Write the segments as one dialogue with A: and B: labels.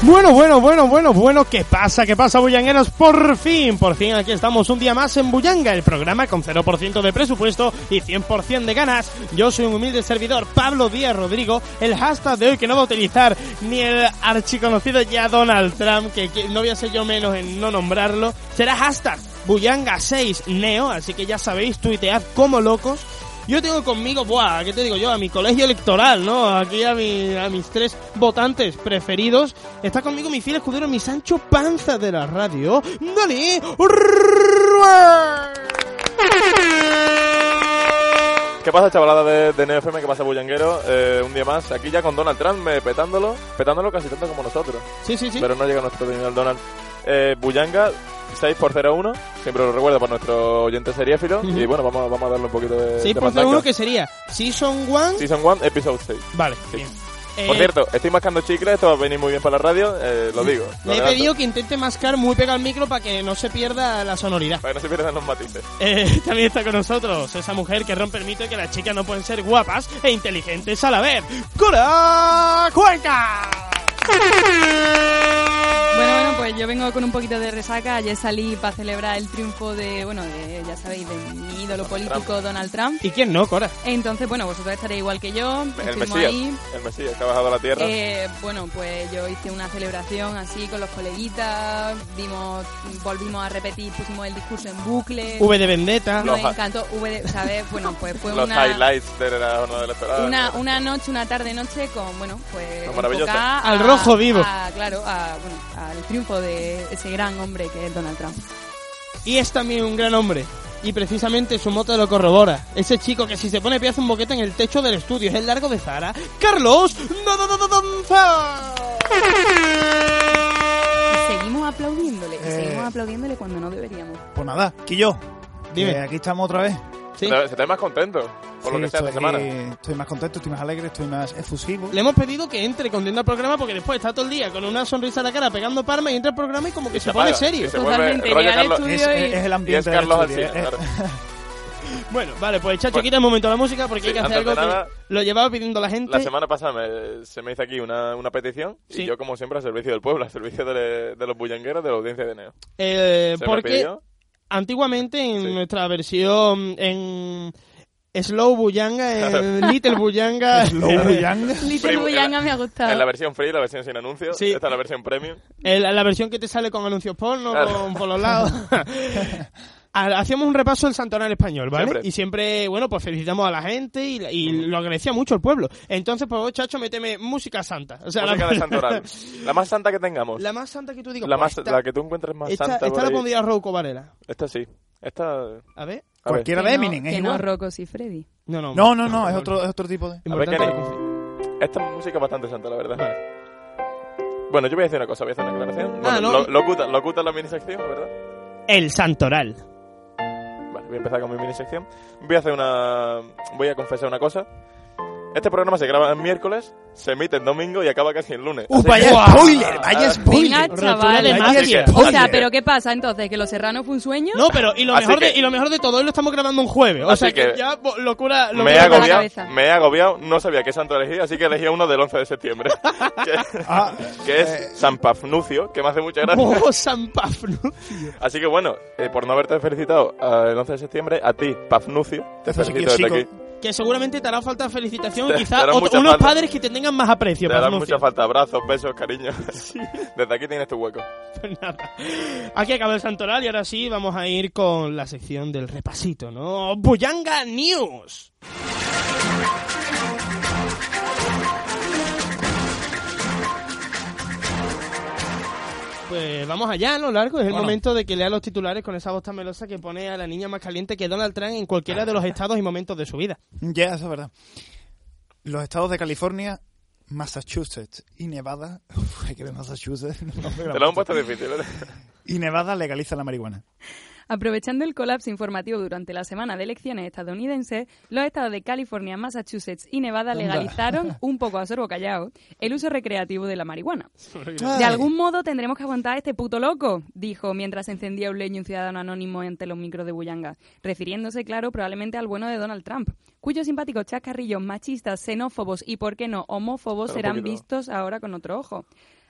A: Bueno, bueno, bueno, bueno, bueno, ¿qué pasa? ¿Qué pasa, bullangueros? Por fin, por fin, aquí estamos un día más en Bullanga, el programa con 0% de presupuesto y 100% de ganas. Yo soy un humilde servidor, Pablo Díaz Rodrigo, el hashtag de hoy que no va a utilizar ni el archiconocido ya Donald Trump, que, que no voy a ser yo menos en no nombrarlo, será hashtag Bullanga6Neo, así que ya sabéis, tuitead como locos. Yo tengo conmigo, buah, ¿qué te digo yo? A mi colegio electoral, ¿no? Aquí a, mi- a mis tres votantes preferidos. Está conmigo mi fiel escudero, mi Sancho Panza de la radio. ¡Dani!
B: ¿Qué pasa, chavalada de, de NFM? ¿Qué pasa, bullanguero? Eh, un día más, aquí ya con Donald Trump eh, petándolo, petándolo casi tanto como nosotros,
A: Sí, sí, sí.
B: pero no llega a nuestro señor Donald. Eh, Bullanga, 6 por 01 siempre lo recuerdo para nuestro oyente seriéfilo,
A: Ujú.
B: y bueno, vamos, vamos a darle un poquito de.
A: 6
B: de
A: por
B: mandaca.
A: 01 que sería Season 1.
B: Season 1, episode 6.
A: Vale,
B: Sí.
A: bien.
B: Por
A: Eh,
B: cierto, estoy mascando chicles, esto va a venir muy bien para la radio, eh, lo digo. lo
A: Le he
B: adelanto.
A: pedido que intente mascar muy pegado al micro para que no se pierda la sonoridad.
B: Para que no se pierdan los matices.
A: Eh, también está con nosotros esa mujer que rompe el mito de que las chicas no pueden ser guapas e inteligentes a la vez. ¡Cora Cuenca!
C: Bueno, bueno, pues yo vengo con un poquito de resaca. Ayer salí para celebrar el triunfo de, bueno, de, ya sabéis, de mi ídolo político Donald Trump.
A: ¿Y quién no, Cora?
C: Entonces, bueno, vosotros estaréis igual que yo.
B: El
C: Estuvimos
B: Mesías,
C: ahí.
B: el Mesías que ha bajado a la tierra.
C: Eh, bueno, pues yo hice una celebración así con los coleguitas. Vimos, volvimos a repetir, pusimos el discurso en bucle.
A: V de Vendetta.
B: Los
C: nos
B: hi-
C: encantó. V de- ¿sabes? Bueno, pues fue
B: los
C: una.
B: highlights de la jornada electoral.
C: Una, una noche, una tarde noche con, bueno, pues
B: Lo maravilloso.
C: enfocada
A: Al rojo vivo.
C: a- claro, a, bueno, al triunfo de ese gran hombre que es Donald Trump.
A: Y es también un gran hombre. Y precisamente su moto lo corrobora. Ese chico que si se pone pie hace un boquete en el techo del estudio. Es el largo de Zara. ¡Carlos! ¡No, no, no, no, Donza!
C: Y seguimos aplaudiéndole, y
A: Eh.
C: seguimos aplaudiéndole cuando no deberíamos.
D: Pues nada, Quillo.
A: Dime.
D: que aquí estamos otra vez.
A: Sí.
B: Se te ve más contento, por lo
D: Sí,
B: que sea, esta
D: estoy-
B: semana.
D: Estoy más contento, estoy más alegre, estoy más efusivo.
A: Le hemos pedido que entre contento al programa porque después está todo el día con una sonrisa a la cara pegando parma y entra al programa y como que se,
B: se
A: pone
B: apaga,
A: serio.
B: y se vuelve rollo
C: llega al
B: Carlos-
D: Es,
C: estudio
D: es-
C: y-
D: es el
B: Y es
D: ambiente
B: Carlos
D: del estudio,
B: Alcina,
D: eh.
B: claro.
A: Bueno, vale, pues chacho,
B: Bueno.
A: quita un momento la música porque hay
B: Sí,
A: que hacer
B: antes
A: algo
B: de nada,
A: que lo llevaba pidiendo la gente.
B: La semana pasada me- se me hizo aquí una, una petición
A: Sí.
B: y yo, como siempre, al servicio del pueblo, al servicio de, de los bullangueros de la audiencia de Neo.
A: Eh,
B: Se me
A: porque
B: pidió-
A: antiguamente en
B: Sí.
A: nuestra versión en Slow Buyanga, en Little Buyanga, eh,
D: Slow Yang.
C: Little
B: Primo,
C: Buyanga me ha gustado.
B: En la versión free, la versión sin anuncio,
A: Sí.
B: esta es la versión premium.
A: el- la versión que te sale con anuncios porno
B: Claro.
A: con- por los lados. Ha- Hacíamos un repaso del santoral español, ¿vale?
B: Siempre.
A: Y siempre, bueno, pues felicitamos a la gente y, y lo agradecía mucho el pueblo. Entonces, pues, vos, chacho, méteme música santa. O sea,
B: música
A: la,
B: de Santoral. La más santa que tengamos.
A: la más santa que tú digas.
B: La
A: pues,
B: más,
A: esta-
B: la que tú encuentres más
A: esta-
B: santa. por
A: esta la
B: ahí.
A: pondría Rouco Varela.
B: Esta sí. Esta. a ver.
A: A ver.
D: Cualquiera
C: Que
D: de
C: no-
D: Eminem, es
C: que no,
D: igual.
C: Rocos y Freddy.
A: No, ¿eh? no.
D: No, no, no, es otro, es otro tipo
B: A
D: de.
B: ver,
A: Importante
B: Kenny.
A: la confi-
B: Esta música es bastante santa, la verdad. Bueno, yo voy a decir una cosa, voy a hacer una aclaración.
A: Ah,
B: Bueno,
A: no.
B: lo, lo oculta, lo oculta la mini sección, ¿verdad?
A: El santoral.
B: Vale, voy a empezar con mi mini sección. Voy a hacer una. Voy a confesar una cosa. Este programa se graba en miércoles, se emite en domingo y acaba casi el lunes.
D: ¡Uh,
B: Así
D: vaya
B: que- Ah.
D: spoiler! ¡Vaya
C: Venga,
D: spoiler!
A: de
C: chavales.
D: Vaya
A: magia.
C: O
D: spoiler.
C: sea, ¿pero qué pasa entonces? ¿Que Los Serrano fue un sueño?
A: No, pero y lo,
B: Así
A: mejor de,
B: que-
A: y lo mejor de todo, hoy lo estamos grabando un jueves. O
B: Así
A: sea que,
B: que-
A: ya bo- locura.
B: me he
A: locura
C: hago-
A: para-
C: cabeza.
B: agobiado, me he agobiado, no sabía qué santo elegí, así que elegí uno del 11 de septiembre. que,
D: Ah,
B: que es San Pafnucio, que me hace mucha gracia.
A: Oh, San Pafnucio.
B: Así que bueno, eh, por no haberte felicitado eh, el 11 de septiembre, a ti, Pafnucio, te
D: Entonces,
B: felicito desde
D: aquí
B: aquí.
D: os sigo.
A: que seguramente te hará falta felicitación,
B: Te- te
A: quizás
B: hará
A: ot-
B: mucha
A: unos
B: falta.
A: padres que te tengan más aprecio.
B: Te
A: para
B: harán
A: pronunciar.
B: mucha falta. Abrazos, besos, cariño. Desde aquí tienes tu hueco.
A: Pues nada. Aquí acaba el santoral y ahora sí vamos a ir con la sección del repasito, ¿no? Buyanga News. Pues vamos allá, a lo largo. Es el
D: Bueno.
A: momento de que lea los titulares con esa voz tan melosa que pone a la niña más caliente que Donald Trump en cualquiera de los estados y momentos de su vida.
D: Ya, eso es verdad. Los estados de California, Massachusetts y Nevada. Uf, hay que ver Massachusetts. No, hombre,
B: Te lo han puesto difícil, ¿eh?
D: y Nevada legaliza la marihuana.
C: Aprovechando el colapso informativo durante la semana de elecciones estadounidenses, los estados de California, Massachusetts y Nevada
D: Anda.
C: legalizaron, un poco a sorbo callado, el uso recreativo de la marihuana.
D: Ay.
C: De algún modo tendremos que aguantar a este puto loco, dijo mientras encendía un leño un ciudadano anónimo ante los micros de Buyanga, refiriéndose, claro, probablemente al bueno de Donald Trump, cuyos simpáticos chascarrillos machistas, xenófobos y, por qué no, homófobos
B: Pero un
C: serán
B: poquito.
C: vistos ahora con otro ojo.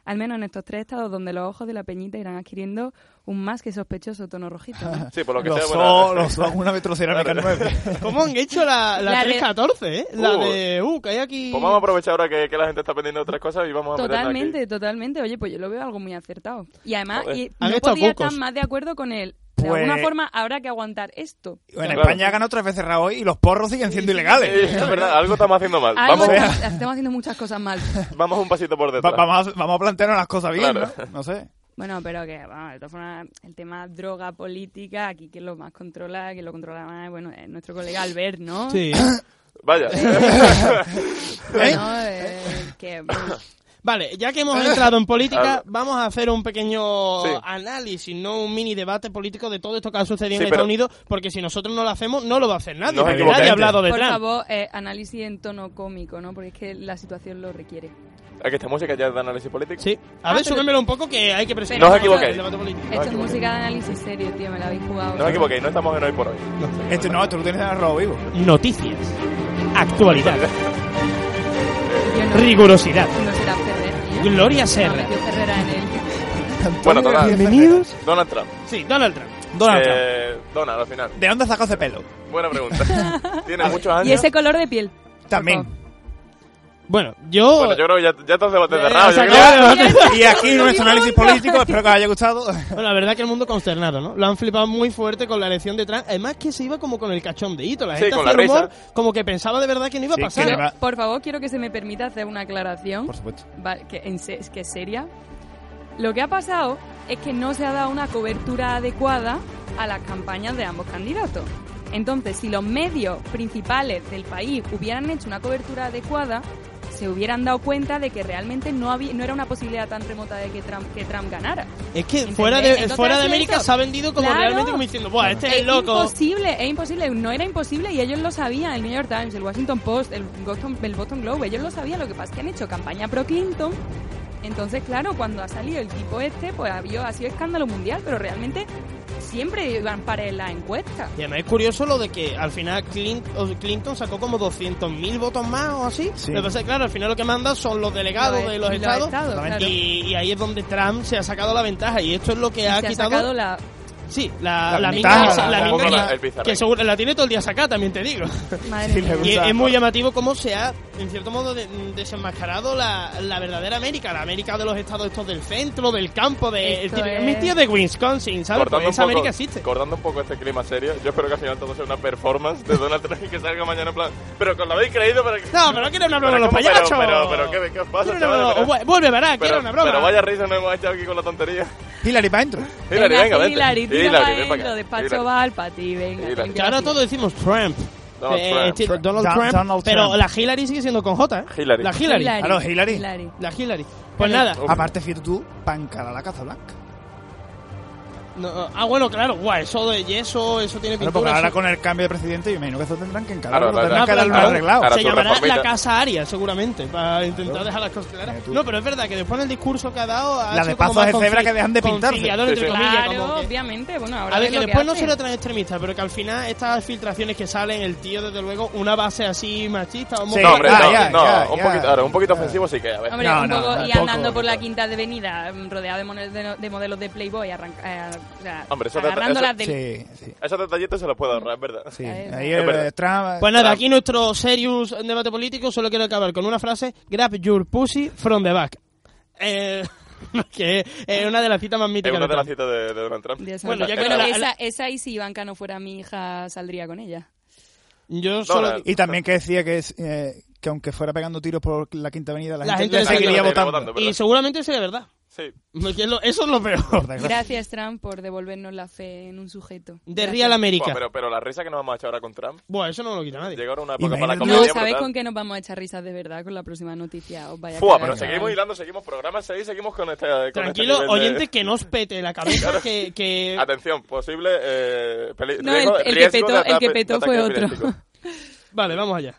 C: Al menos en estos tres estados donde los ojos de la peñita irán adquiriendo un más que sospechoso tono rojito. ¿no?
B: Sí, por lo que
D: los
B: sea.
D: solos,
B: bueno,
D: una metrocerameca nueva.
A: ¿Cómo han hecho la, la
C: La de-
A: 314, eh? La
B: Uh.
A: de... Uh, que hay aquí...
B: Pues vamos a aprovechar ahora que, que la gente está pendiente de otras cosas y vamos a meternos aquí.
C: Totalmente, totalmente. Oye, pues yo lo veo algo muy acertado. Y además,
B: Joder.
C: y
A: Han
C: no
A: estado
C: podía
A: cocos.
C: estar más de acuerdo con él. De
D: Pues-
C: alguna forma habrá que aguantar esto.
D: Bueno,
B: Claro.
D: España ganó tres veces Rajoy y los porros siguen siendo ilegales.
B: Sí, es verdad, algo estamos haciendo mal.
C: Algo-
B: Vamos,
C: estamos haciendo muchas cosas mal.
B: vamos un pasito por
D: Va-
B: detrás.
D: vamos, a, vamos a plantearnos las cosas bien,
B: Claro.
D: ¿no? No sé.
C: Bueno, pero que, vamos, de todas formas, el tema droga, política, aquí quien lo más controla, quien lo controla más, bueno, es nuestro colega Albert, ¿no? Eh,
A: Sí.
B: Vaya.
C: Bueno, eh, que, bueno,
A: Vale, ya que hemos entrado en política,
B: Claro.
A: vamos a hacer un pequeño
B: Sí.
A: análisis, no un mini debate político de todo esto que ha sucedido en
B: Sí, pero-
A: Estados Unidos, porque si nosotros no lo hacemos, no lo va a hacer nadie,
B: No os
A: porque nadie
B: equivoquéis.
A: ha hablado de
C: por
A: Trump.
C: favor, eh, análisis en tono cómico, ¿no? Porque es que la situación lo requiere.
B: Aquí esta música ya es de análisis político.
A: Sí. A
C: Ah,
A: ver,
C: pero-
A: súbemelo un poco que hay que presentar.
B: No os equivoquéis.
A: el debate político.
C: Esto es
B: equivoquéis.
C: música de análisis serio, tío, me la habéis jugado.
B: No os equivoquéis, no estamos en hoy por hoy.
D: Esto no, esto lo tienes en el robo vivo.
A: Noticias. Actualidad.
C: Yo no-
A: Rigurosidad.
C: No será Ferrer, tío.
A: Gloria
C: No,
A: Serra.
C: metió Ferrer en él.
B: Bueno, total.
A: Bienvenidos.
B: Donald Trump.
A: Sí, Donald Trump.
D: Donald Trump,
B: eh, Donald, al final.
D: ¿De dónde sacó ese pelo?
B: Buena pregunta. Tiene muchos años.
C: Y ese color de piel.
D: También.
A: Bueno, yo...
B: Bueno, yo creo que ya, ya estás de bate
A: Eh,
B: cerrado.
A: se
B: yo
A: acaba
B: creo.
A: el debate.
D: Y aquí
C: Lo
D: nuestro
C: digo
D: análisis
C: nunca.
D: político, espero que os haya gustado.
A: Bueno, la verdad que el mundo consternado, ¿no? Lo han flipado muy fuerte con la elección de Trump. Además que se iba como con el cachondeíto. La
B: Sí,
A: gente
B: con
A: hacía
B: la
A: rumor
B: risa.
A: como que pensaba de verdad que no iba
D: Sí,
A: a
D: que
A: pasar.
D: le va-
C: Por favor, quiero que se me permita hacer una aclaración.
D: Por supuesto.
C: va- que, en se- que es seria. Lo que ha pasado es que no se ha dado una cobertura adecuada a las campañas de ambos candidatos. Entonces, si los medios principales del país hubieran hecho una cobertura adecuada, se hubieran dado cuenta de que realmente no, había, no era una posibilidad tan remota de que Trump, que Trump ganara.
A: Es que
C: ¿Entendés?
A: fuera de
C: Entonces
A: fuera de
C: hace
A: América
C: eso.
A: se ha vendido como
C: Claro.
A: realmente como diciendo, "Buah, este es,
C: Es
A: el loco."
C: imposible, es imposible. No era imposible y ellos lo sabían. El New York Times, el Washington Post, el Boston, el Boston Globe, ellos lo sabían. Lo que pasa es que han hecho campaña pro Clinton. Entonces, claro, cuando ha salido el tipo este, pues ha, habido- ha sido escándalo mundial, pero realmente siempre iban para la encuesta.
A: Y además es curioso lo de que al final Clint- o Clinton sacó como 200.000 votos más o así.
D: Sí.
A: Lo que pasa es que, claro, al final lo que manda son los delegados de los estados.
C: claro. Y,
A: Y, y ahí es donde Trump se ha sacado la ventaja y esto es lo que
C: se
A: ha
C: ha
A: quitado
C: sacado la...
A: sí la,
D: La
A: la
D: ventaja,
A: minga esa- la
D: la-
A: minga
B: tampoco
A: que-
B: la- el pizarrín.
A: que seguro la tiene todo el día sacada también te digo
C: Madre
D: Sí,
C: mía.
D: le-
A: Y es,
D: Exacto.
A: es muy llamativo cómo se ha, en cierto modo, de- desenmascarado la, la verdadera América, la América de los estados estos del centro, del campo, de...
C: Esto
A: el típico-
C: es-
A: Mis tíos de Wisconsin, ¿sabes? Porque
B: Cortando un,
A: esa
B: poco,
A: América existe.
B: cortando un poco este clima serio, yo espero que al final todo sea una performance de Donald Trump y que salga mañana en plan. Pero con lo habéis creído, pero.
A: No, pero quiero una broma
B: pero
A: con los
B: ¿cómo? Pero-
A: payasos.
B: Pero, pero, ¿qué, qué os pasa,
A: Quiero una
B: chavales?
A: broma.
B: Pero-
A: Vu- Vuelve, verá, quiero
B: pero-
A: una broma.
B: Pero vaya risa nos hemos echado aquí con la tontería.
D: Hillary para adentro.
B: Hilary, venga, vente.
C: Hilary, tira
B: Hilary,
C: pa'
B: ven pa'
C: dentro,
B: acá.
C: despacho
B: Hilary.
C: va al pati, venga.
B: Hilary.
A: que
C: tranquila,
A: ahora
C: tía.
A: todos decimos Trump.
B: Donald
A: Eh,
B: Trump.
A: este- Donald
D: Don-
A: Trump,
D: Donald
A: Pero
D: Trump.
A: la Hillary sigue siendo con J, ¿eh?
B: Hillary.
A: La Hillary.
D: Claro, Hillary.
A: La Hillary. Pues nada.
B: Uf.
D: Aparte, fíjate tú, pancara la caza blanca.
A: No, ah, bueno, claro. Guau, eso de yeso, eso tiene
D: Claro,
A: pintura.
D: porque pues ahora
A: eso-
D: con el cambio de presidente, yo imagino que eso tendrán que encarar.
B: Claro,
D: lo
B: claro,
D: tendrán que
A: claro.
D: darle un
A: Claro,
D: arreglado.
B: claro.
A: se
B: tu
A: llamará
B: reformita.
A: la casa Aria, seguramente, para intentar dejar las cosas claras.
D: Mira tú.
A: No, pero es verdad que después del discurso que ha dado. Ha
D: La
A: sido
D: de
A: como
D: pasos
A: más
D: de cebra
A: concili-
D: que dejan de pintarse.
A: conciliador, entre
B: Sí, sí.
A: comillas,
C: Claro,
A: como que-
C: obviamente, bueno, ahora
A: A ver,
C: ves
A: que
C: lo
A: después no
C: hace.
A: será tan extremista, pero que al final estas filtraciones que salen, el tío, desde luego, una base así machista.
D: Sí,
B: No, hombre,
D: ya,
B: no,
D: Ah, ya,
B: no,
D: ya,
B: un
D: ya.
B: poquito, ahora, un poquito ofensivo sí que, a ver.
C: Hombre,
D: No,
C: un
D: no,
C: poco, y
D: tampoco.
C: andando por la quinta avenida, mm, rodeado de, modelos de, de modelos de Playboy, arranca- eh, O sea,
B: Hombre, eso te-
C: agarrándolas del...
D: Sí, sí.
B: Esos detallitos se los puedo ahorrar, es verdad.
D: sí.
C: Ahí
D: Ahí
B: va.
D: el eh, Trump.
A: Pues nada, aquí nuestro serious debate político. Solo quiero acabar con una frase: Grab your pussy from the back. Eh, que es una de las citas más
B: Es
A: míticas.
B: una
A: de
B: de las
A: Trump.
B: citas de, de Donald Trump.
C: de-
A: Bueno, ya que
C: Bueno,
A: la-
C: esa, esa y si Ivanka no fuera mi hija, saldría con ella.
A: Yo solo.
B: Donald.
D: Y también que decía que, es, eh, que aunque fuera pegando tiros por la Quinta Avenida, la,
A: La gente
D: le
A: le seguiría
D: seguiría
B: votando.
D: votando.
A: Y seguramente sería verdad.
B: Sí.
A: Porque es lo- eso es lo peor.
D: Por desgracia.
C: Gracias, Trump, por devolvernos la fe en un sujeto.
A: De
C: Gracias.
A: Real América.
B: Buah, pero, pero la risa que nos vamos a echar ahora con Trump.
A: Bueno, eso no lo quita nadie.
B: Llega ahora una época para la
D: Imagínate.
B: comedia.
C: No,
B: brutal.
C: ¿sabéis con qué nos vamos a echar risas de verdad con la próxima noticia? Os vaya a
B: Fua,
C: cagar.
B: pero seguimos hilando, seguimos programa 6, seguimos con este. con este
A: Tranquilo,
B: nivel de-
A: oyente, que no os pete la cabeza, que... que...
B: Atención, posible. Eh, peli-
C: No, el-
B: riesgo-
C: el que
B: riesgo de
C: petó- el que
B: ataque-
C: petó
B: ataque
C: fue otro.
B: epiléptico.
A: Vale, vamos allá.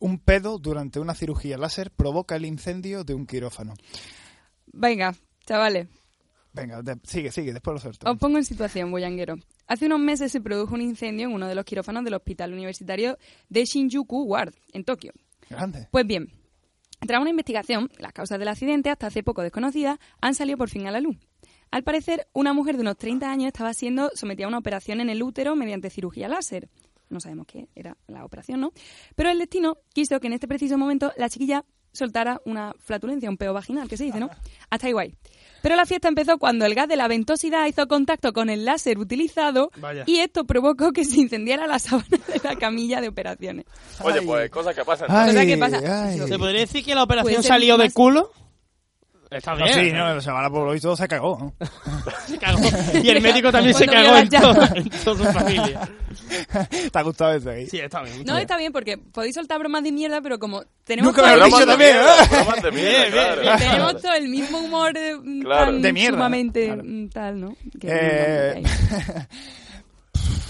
D: Un pedo durante una cirugía láser provoca el incendio de un quirófano.
C: Venga, chavales.
D: Venga, de- sigue, sigue, después lo suelto.
C: Os pongo en situación, boyanguero. Hace unos meses se produjo un incendio en uno de los quirófanos del Hospital Universitario de Shinjuku Ward, en Tokio.
D: Grande.
C: Pues bien, tras una investigación, las causas del accidente, hasta hace poco desconocidas, han salido por fin a la luz. Al parecer, una mujer de unos 30 años estaba siendo sometida a una operación en el útero mediante cirugía láser. No sabemos qué era la operación, ¿no? Pero el destino quiso que en este preciso momento la chiquilla soltara una flatulencia, un peo vaginal, que se dice, ¿no? Hasta igual. Pero la fiesta empezó cuando el gas de la ventosidad hizo contacto con el láser utilizado
A: Vaya.
C: y esto provocó que se incendiara la sábana de la camilla de operaciones.
B: Oye,
D: Ay.
B: pues cosas que pasan.
D: Ay,
C: O sea, ¿qué pasa?
D: ay.
A: ¿Se podría decir que la operación
C: Puede ser
A: salió de
C: más-
A: culo? Está
D: No,
A: bien.
D: sí, no, se va a la Pueblo y todo se cagó. ¿no?
A: Se cagó. Y el médico también se
C: Cuando
A: cagó en,
C: vio la
A: todo-
C: llama.
A: en toda su familia.
D: ¿Te ha gustado desde ahí?
A: Sí, está bien.
C: No, está bien, porque podéis soltar bromas de mierda, pero como tenemos,
D: Nunca
C: todo
D: me lo
C: el,
D: he dicho también, ¿eh?
B: Bromas de mierda,
A: Bien, bien,
B: claro.
C: tenemos todo el mismo humor eh, mm,
B: Claro.
C: tan
D: De mierda,
C: sumamente
D: claro.
C: mm, tal, ¿no? Que
D: Eh,
C: no, no, no,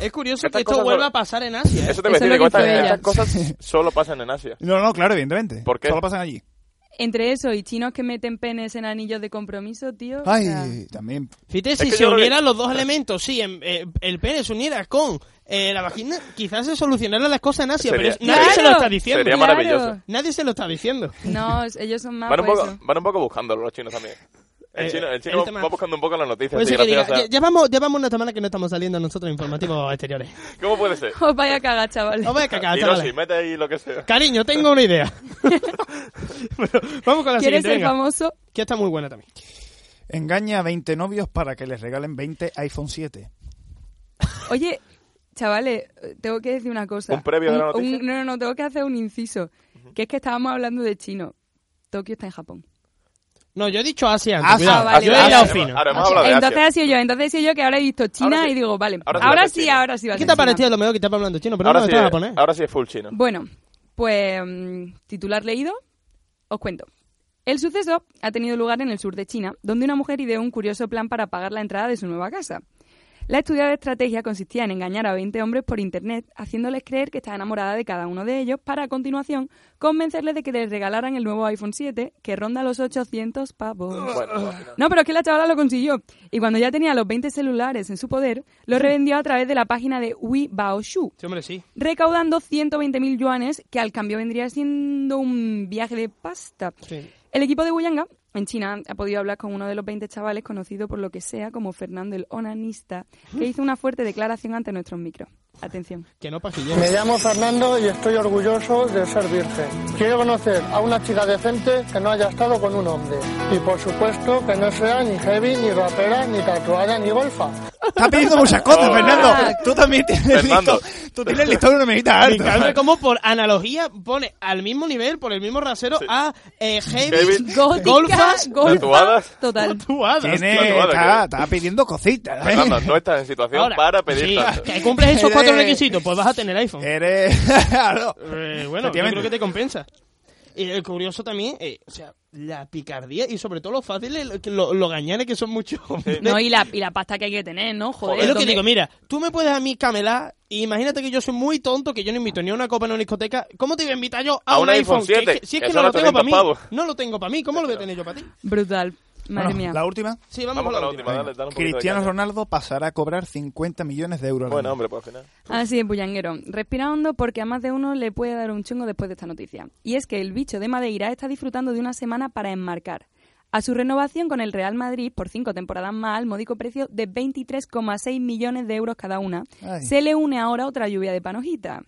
A: Es curioso
B: Estas
A: que esto
B: cosas
A: vuelva
B: son-
A: a pasar en Asia. ¿eh?
B: Eso te voy a
C: Eso
B: decir,
C: es lo
B: que
C: que
B: estas,
C: hizo ella.
B: estas cosas solo pasan en Asia.
D: No, no, claro, evidentemente.
B: ¿Por qué?
D: Solo pasan allí.
C: no. Entre eso y chinos que meten penes en anillos de compromiso, tío. o sea,
D: Ay, también.
A: Fíjate, si
B: que
A: se
B: yo creo
A: unieran
B: que-
A: los dos elementos, sí, en- eh, el pene se uniera con eh, la vagina, quizás se solucionaran las cosas en Asia,
B: Sería-
A: pero nadie
C: Claro.
A: se lo está diciendo.
B: Sería maravilloso.
A: Nadie se lo está diciendo.
C: No, ellos son más.
B: Van un,
C: pues,
B: poco,
C: eso.
B: van un poco buscando los chinos también. El
A: Eh,
B: chino, el
A: el
B: chino
A: tema-
B: va buscando un poco las noticias.
A: Por eso Pues que diga,
B: desgraciadas.
A: ya, ya vamos, ya vamos una semana que no estamos saliendo nosotros informativos exteriores.
B: ¿Cómo puede ser?
C: Os Oh, vaya a cagar, chavales.
A: No Oh, vaya a cagar,
B: Hiroshi,
A: chavales.
B: mete ahí lo que sea.
A: Cariño, tengo una idea. Bueno, vamos con la
C: ¿Quieres
A: siguiente,
C: ser
A: venga.
C: famoso?
A: Que está muy buena también.
D: Engaña a 20 novios para que les regalen 20 iPhone 7.
C: Oye, chavales, tengo que decir una cosa.
B: ¿Un previo de la noticia?
C: un- no, no, no, tengo que hacer un inciso. Que es que estábamos hablando de chino. Tokio está en Japón.
A: No, yo he dicho Asia antes,
D: Asia,
A: cuidado.
C: vale,
A: yo he
C: vale.
A: hilado
B: Ahora-
A: fino.
B: ahora hemos hablado de
C: Entonces
B: Asia.
C: ha sido yo, entonces ha sido yo que ahora he visto China
B: Ahora sí.
C: y digo, vale,
B: Ahora
C: ahora
B: sí
C: sí,
B: va a
C: ahora
B: ser
C: sí,
B: China.
C: va a
A: ¿Qué
C: ser
A: te ha
C: China.
A: parecido lo mismo que estaba hablando chino? Pero
B: Ahora
A: no
B: sí,
A: me lo
B: es-
A: vas a poner.
B: ahora sí es full chino.
C: Bueno, pues mm, titular leído, os cuento. El suceso ha tenido lugar en el sur de China, donde una mujer ideó un curioso plan para pagar la entrada de su nueva casa. La estudiada estrategia consistía en engañar a 20 hombres por internet, haciéndoles creer que estaba enamorada de cada uno de ellos, para a continuación convencerles de que les regalaran el nuevo iPhone 7, que ronda los 800 pavos.
B: Bueno, bueno.
C: No, pero es que la chavala lo consiguió. Y cuando ya tenía los 20 celulares en su poder, lo revendió a través de la página de Weibaoshu,
A: Sí, hombre, sí.
C: recaudando 120.000 yuanes, que al cambio vendría siendo un viaje de pasta.
A: Sí.
C: El equipo de Buyanga, en China, ha podido hablar con uno de los 20 chavales conocido por lo que sea como Fernando el Onanista, que hizo una fuerte declaración ante nuestros micros. Atención.
A: Que no pajillero.
E: Me llamo Fernando y estoy orgulloso de ser virgen. Quiero conocer a una chica decente que no haya estado con un hombre. Y por supuesto que no sea ni heavy, ni rapera, ni tatuada, ni golfa.
D: Está pidiendo muchas cosas,
B: Oh.
D: Fernando. Tú también tienes
B: Fernando.
D: listo. Tú tienes listo una medita
A: Me
D: alta.
A: encanta cómo por analogía pone al mismo nivel, por el mismo rasero, a eh,
B: Heavy.
A: Heavy,
C: Gótica,
A: Golfas,
C: golfa,
B: ¿Tatuadas?
C: Total.
A: tatuadas.
D: Tiene-
B: Hostia, chaval,
D: está,
B: que-
D: está pidiendo cositas. ¿eh?
B: Fernando, no estás en situación
A: Ahora,
B: para pedir
A: sí,
B: tanto.
A: que cumples esos cuatro
D: Eh,
A: requisitos, pues vas a tener iPhone.
D: Eres. Claro.
A: Eh, bueno, yo
D: Efectivamente.
A: creo que te compensa. Y el curioso también, eh, o sea, la picardía y sobre todo lo fácil, es lo, que- lo, lo gañanes que son muchos hombres.
C: No, y la, y la pasta que hay que tener, ¿no? Joder.
A: es lo que
C: ¿dónde-
A: digo, mira, tú me puedes a mí camelar y imagínate que yo soy muy tonto, que yo no invito ni a una copa ni a una discoteca. ¿Cómo te voy a invitar yo a,
B: A
A: un
B: un iPhone
A: Que es
B: 7,
A: que- si es
B: que
A: que no
B: son
A: lo tengo para
B: 800
A: mí,
B: pavos.
A: no lo tengo para mí, ¿cómo lo voy a tener yo para ti?
C: Brutal. Madre
D: Bueno,
C: mía.
D: La última.
A: Sí, vamos,
B: Vamos
A: con la última.
B: dale, dale un poquito de
D: Cristiano
B: caña.
D: Ronaldo pasará a cobrar 50 millones de euros. al
B: Bueno,
D: año.
B: hombre, pues al final.
C: Así es, bullanguero. Respira hondo porque a más de uno le puede dar un chungo después de esta noticia. Y es que el bicho de Madeira está disfrutando de una semana para enmarcar. a su renovación con el Real Madrid por cinco temporadas más al módico precio de 23,6 millones de euros cada una.
D: Ay.
C: Se le une ahora otra lluvia de panojita.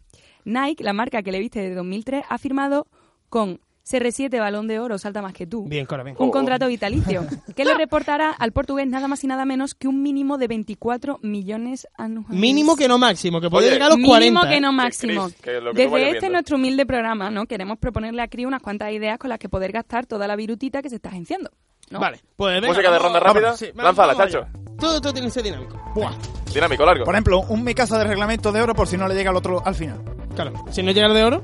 C: Nike, la marca que le viste de 2003, ha firmado con CR7 Balón de Oro, salta más que tú.
A: Bien, Cora, bien. Oh.
C: Un contrato vitalicio que le reportará al portugués nada más y nada menos que un mínimo de 24 millones anuales.
A: Mínimo que no máximo, que puede
B: Oye,
A: llegar a los 40.
C: Mínimo que no
B: Que
C: máximo.
B: Chris, que lo que tú
C: Desde
B: vayas
C: este
B: viendo.
C: nuestro humilde programa, ¿no? Queremos proponerle a Cris unas cuantas ideas con las que poder gastar toda la virutita que se está agenciando. ¿no?
A: Vale, pues venga,
B: Música de
A: vamos-
B: ronda rápida.
A: vamos, sí, vamos,
B: Lánzala,
A: vamos
B: Chacho.
A: allá. Todo, todo tiene que ser dinámico. Buah,
B: Dinámico, largo.
D: Por ejemplo, un mi casa de reglamento de oro por si no le llega al otro al final.
A: claro. Si no llega el de oro,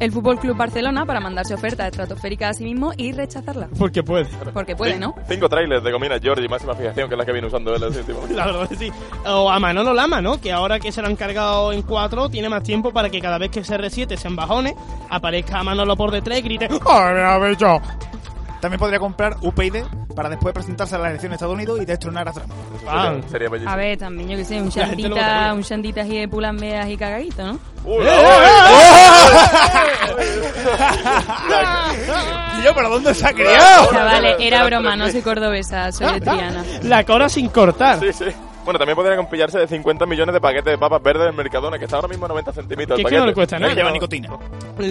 C: El Fútbol Club Barcelona para mandarse ofertas estratosféricas a sí mismo y rechazarlas.
A: porque puede.
C: Porque puede, ¿no?
B: Cinco trailers de Gomina George y máxima fijación, que es la que viene usando él. así, tipo.
A: La verdad que sí. O a Manolo Lama, ¿no? Que ahora que se lo han cargado en 4, tiene más tiempo para que cada vez que CR7 se embajone, aparezca a Manolo por detrás y grite ¡Ay, me habéis hecho!
D: Pues También podría comprar UPyD para después presentarse a la elección de Estados Unidos y destronar a Trump.
A: Ah.
B: Sería- Sería bellísimo.
C: A ver, también, yo que sé, un
A: La gente lo vota,
C: chandita,
A: mira.
C: un chandita así de pulas medias y cagadito, ¿no?
A: ¡Eh,
B: ¡Uh,
A: eh!
D: Tío, ¿pero dónde se ha criado?
C: Chavales, era broma, no soy cordobesa, soy de Triana.
A: La cora sin cortar.
B: Sí, sí. Bueno, también podría compillarse de 50 millones de paquetes de papas verdes del Mercadona, que está ahora mismo a 90 centímetros.
A: Que
B: el
A: es que no le
B: paquete.
A: cuesta nada.
D: No lleva nicotina.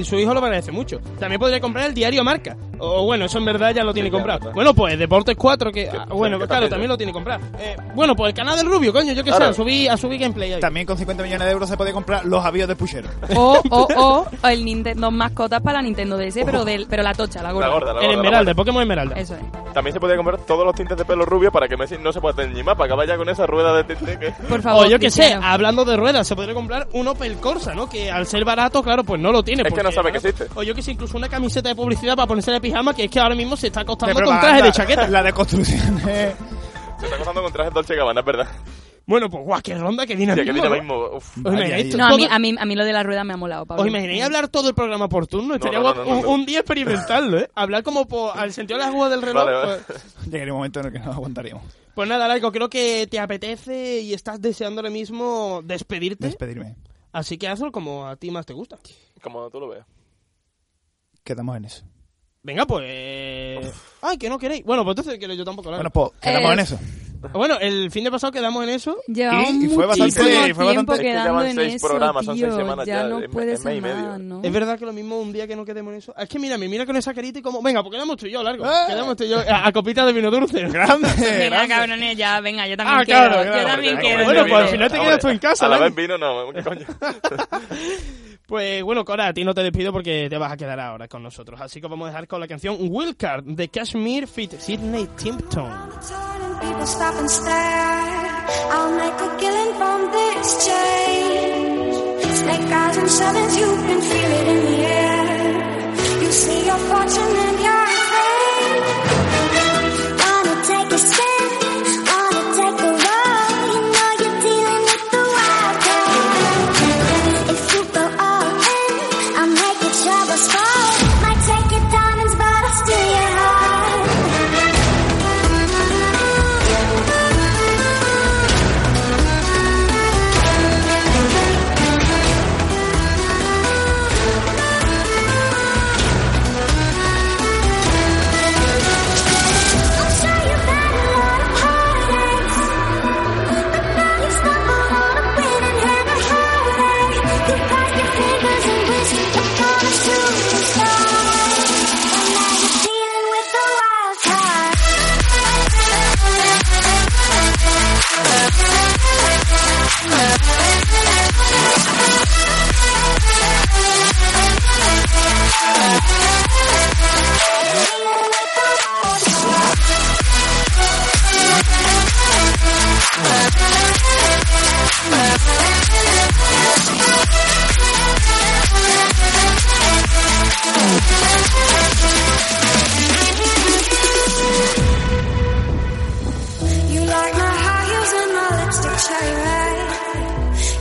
A: Su hijo lo agradece mucho. También podría comprar el diario Marca. O bueno, eso en verdad ya lo tiene
B: Sí, ya,
A: comprado.
B: verdad.
A: Bueno, pues Deportes 4, que. ah, bueno,
B: que
A: claro,
B: también-
A: también lo tiene comprado. Eh, bueno, pues el canal del Rubio, coño, yo qué sé,
B: Claro.
A: a subir, a subir gameplay Oh. ahí.
D: También con 50 millones de euros se puede comprar los avíos de puchero.
C: O, o, o, el Nintendo mascotas para la Nintendo DS, pero, del, pero la tocha, la gorda.
B: La gorda, la gorda.
A: El
B: la
A: Esmeralda, Pokémon Esmeralda.
C: Eso es.
B: gorda. También se podría comprar todos los tintes de pelo rubio para que Messi no se pueda tener mapa, que vaya con esa rueda de tinte que...
C: Por favor.
D: Oh,
A: o yo qué sé,
C: Cristiano.
A: hablando de ruedas, se podría comprar un Opel Corsa, ¿no? Que al ser barato, claro, pues no lo tiene.
B: Es que
A: porque-
B: no sabe que existe.
A: O yo que sé, incluso una camiseta de publicidad para ponerse de pijama, que es que ahora mismo se está
D: De
A: costando con
D: propaganda.
A: traje de chaqueta.
D: La deconstrucción. eh.
B: Se está acostando con trajes Dolce Gabbana, es verdad.
A: Bueno, pues guau, qué ronda, qué
B: Hostia,
A: dinamismo.
B: que viene ahora mismo... uf.
A: ¿no? Os
D: Ay,
A: imagináis
D: ay, ay.
A: todo-
C: No, a mí, a, mí, a mí lo de la rueda me ha molado, Pablo. Eh,
A: ¿Os imagináis hablar todo el programa por turno? Estaría
B: no, no,
A: guapo
B: no,
A: un,
B: no.
A: un día experimentarlo, ¿eh? Hablar como por- al sentido de las aguas del reloj.
B: Vale, vale.
A: Pues,
D: Llegaría un momento en el que no aguantaríamos.
A: pues nada, Laico, creo que te apetece y estás deseando ahora mismo despedirte.
D: Despedirme.
A: Así que hazlo como a ti más te gusta.
B: Como tú lo veas.
D: Quedamos en eso.
A: Venga, pues... Ay, que no queréis. Bueno, pues entonces que yo tampoco lo hago.
D: Bueno, pues quedamos
C: Eh,
D: en eso.
A: Bueno, el fin de pasado quedamos en eso.
C: Llevamos
D: Y- y fue bastante-
C: muchísimo
D: y fue bastante-
C: tiempo
D: es que
C: quedando
B: llevan
C: en
B: seis
C: eso,
B: programas, son
C: tío.
B: seis semanas
C: ya,
B: ya,
C: no
B: es-
C: puede
B: es mes
C: ser
B: y medio.
C: más, ¿no?
A: Es verdad que lo mismo un día que no quedemos en eso. Es que mira, me mira con esa carita y como, venga, pues quedamos tú y yo, largo. Quedamos tú y yo Ah, a, a copita de vino dulce.
D: Grande.
C: Venga,
D: grande.
C: cabrones, ya, venga, yo también
A: Ah,
C: quiero.
A: claro,
C: yo
A: claro,
C: también
B: Porque,
C: quiero.
B: hombre,
A: Bueno,
B: vino-
A: pues al final te
B: hombre,
A: quedas tú en casa,
B: A la
A: ¿no?
B: vez vino, no, ¿qué coño?
A: Pues bueno, Cora, a ti no te despido porque te vas a quedar ahora con nosotros. Así que os vamos a dejar con la canción Wildcard de Kashmir Fit Sidney Timpton.
F: Turning people stop and stare. I'll make a killing from this change. Snake eyes and sevens, you can feel it in the air. You see your fortune and you're afraid. Wanna take a spin, wanna take a roll. You know you're dealing with the wild card. If you go all in, I'll make your troubles fall. Might take your diamonds, but I'll steal your heart. I'm sure you've had a lot of heartaches, but now you stumble on a win and have a heartache. You cross your fingers and wish you're gonna shoot the sky, and now you're dealing with the wild card. You like my high heels and my lipstick cherry red.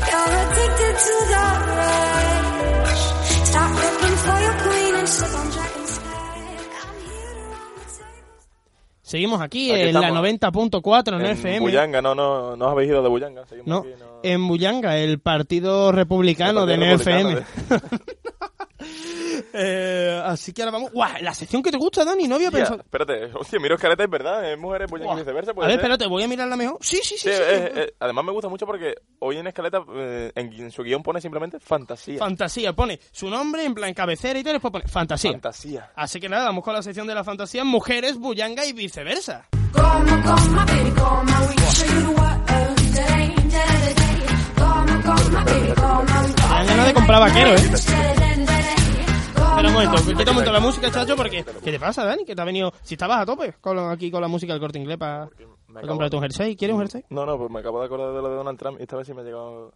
F: You're addicted to the rush. Stop looking for your queen and slip on track instead. I'm here to run the table.
A: Seguimos aquí,
B: Aquí
A: en la
B: estamos.
A: 90.4 en,
B: En
A: FM.
B: Bullanga, no, no, no os habéis ido de Bullanga. Seguimos
A: No,
B: aquí, no.
A: en Bullanga, el Partido Republicano
B: El
A: de
B: Partido
A: NFM.
B: Republicano
A: Eh, así que ahora vamos. ¡Guau! La sección que te gusta, Dani, no había
B: Ya,
A: pensado.
B: espérate, hostia, miro careta, es verdad, es mujeres, pues
A: Guau.
B: viceversa.
A: A
B: puede
A: ver,
B: ser.
A: espérate, voy a mirarla mejor. Sí, sí, sí.
B: Sí, eh,
A: sí.
B: es- es- además me gusta mucho porque hoy en Escaleta, eh, en, en su guión pone simplemente fantasía.
A: Fantasía, pone su nombre en plan cabecera y tal, después pone fantasía.
B: Fantasía.
A: Así que nada, vamos con la sección de la fantasía, mujeres, bullanga y viceversa.
F: Gonna go, my baby, go, my way. Show you the world today, today, today. Gonna go, my baby, go, my way.
A: Tenía ganas de comprar vaquero, ¿eh?
F: Today, today, today.
A: Espera un momento, quita un momento la música, chacho, porque... ¿Qué te pasa, Dani? Que te ha venido... Si estabas a tope con lo- aquí con la música del corte inglés para
B: me acabo-
A: comprarte un jersey. ¿Quieres un jersey?
B: No, no, pues me acabo de acordar de lo de Donald Trump y esta vez sí me ha llegado...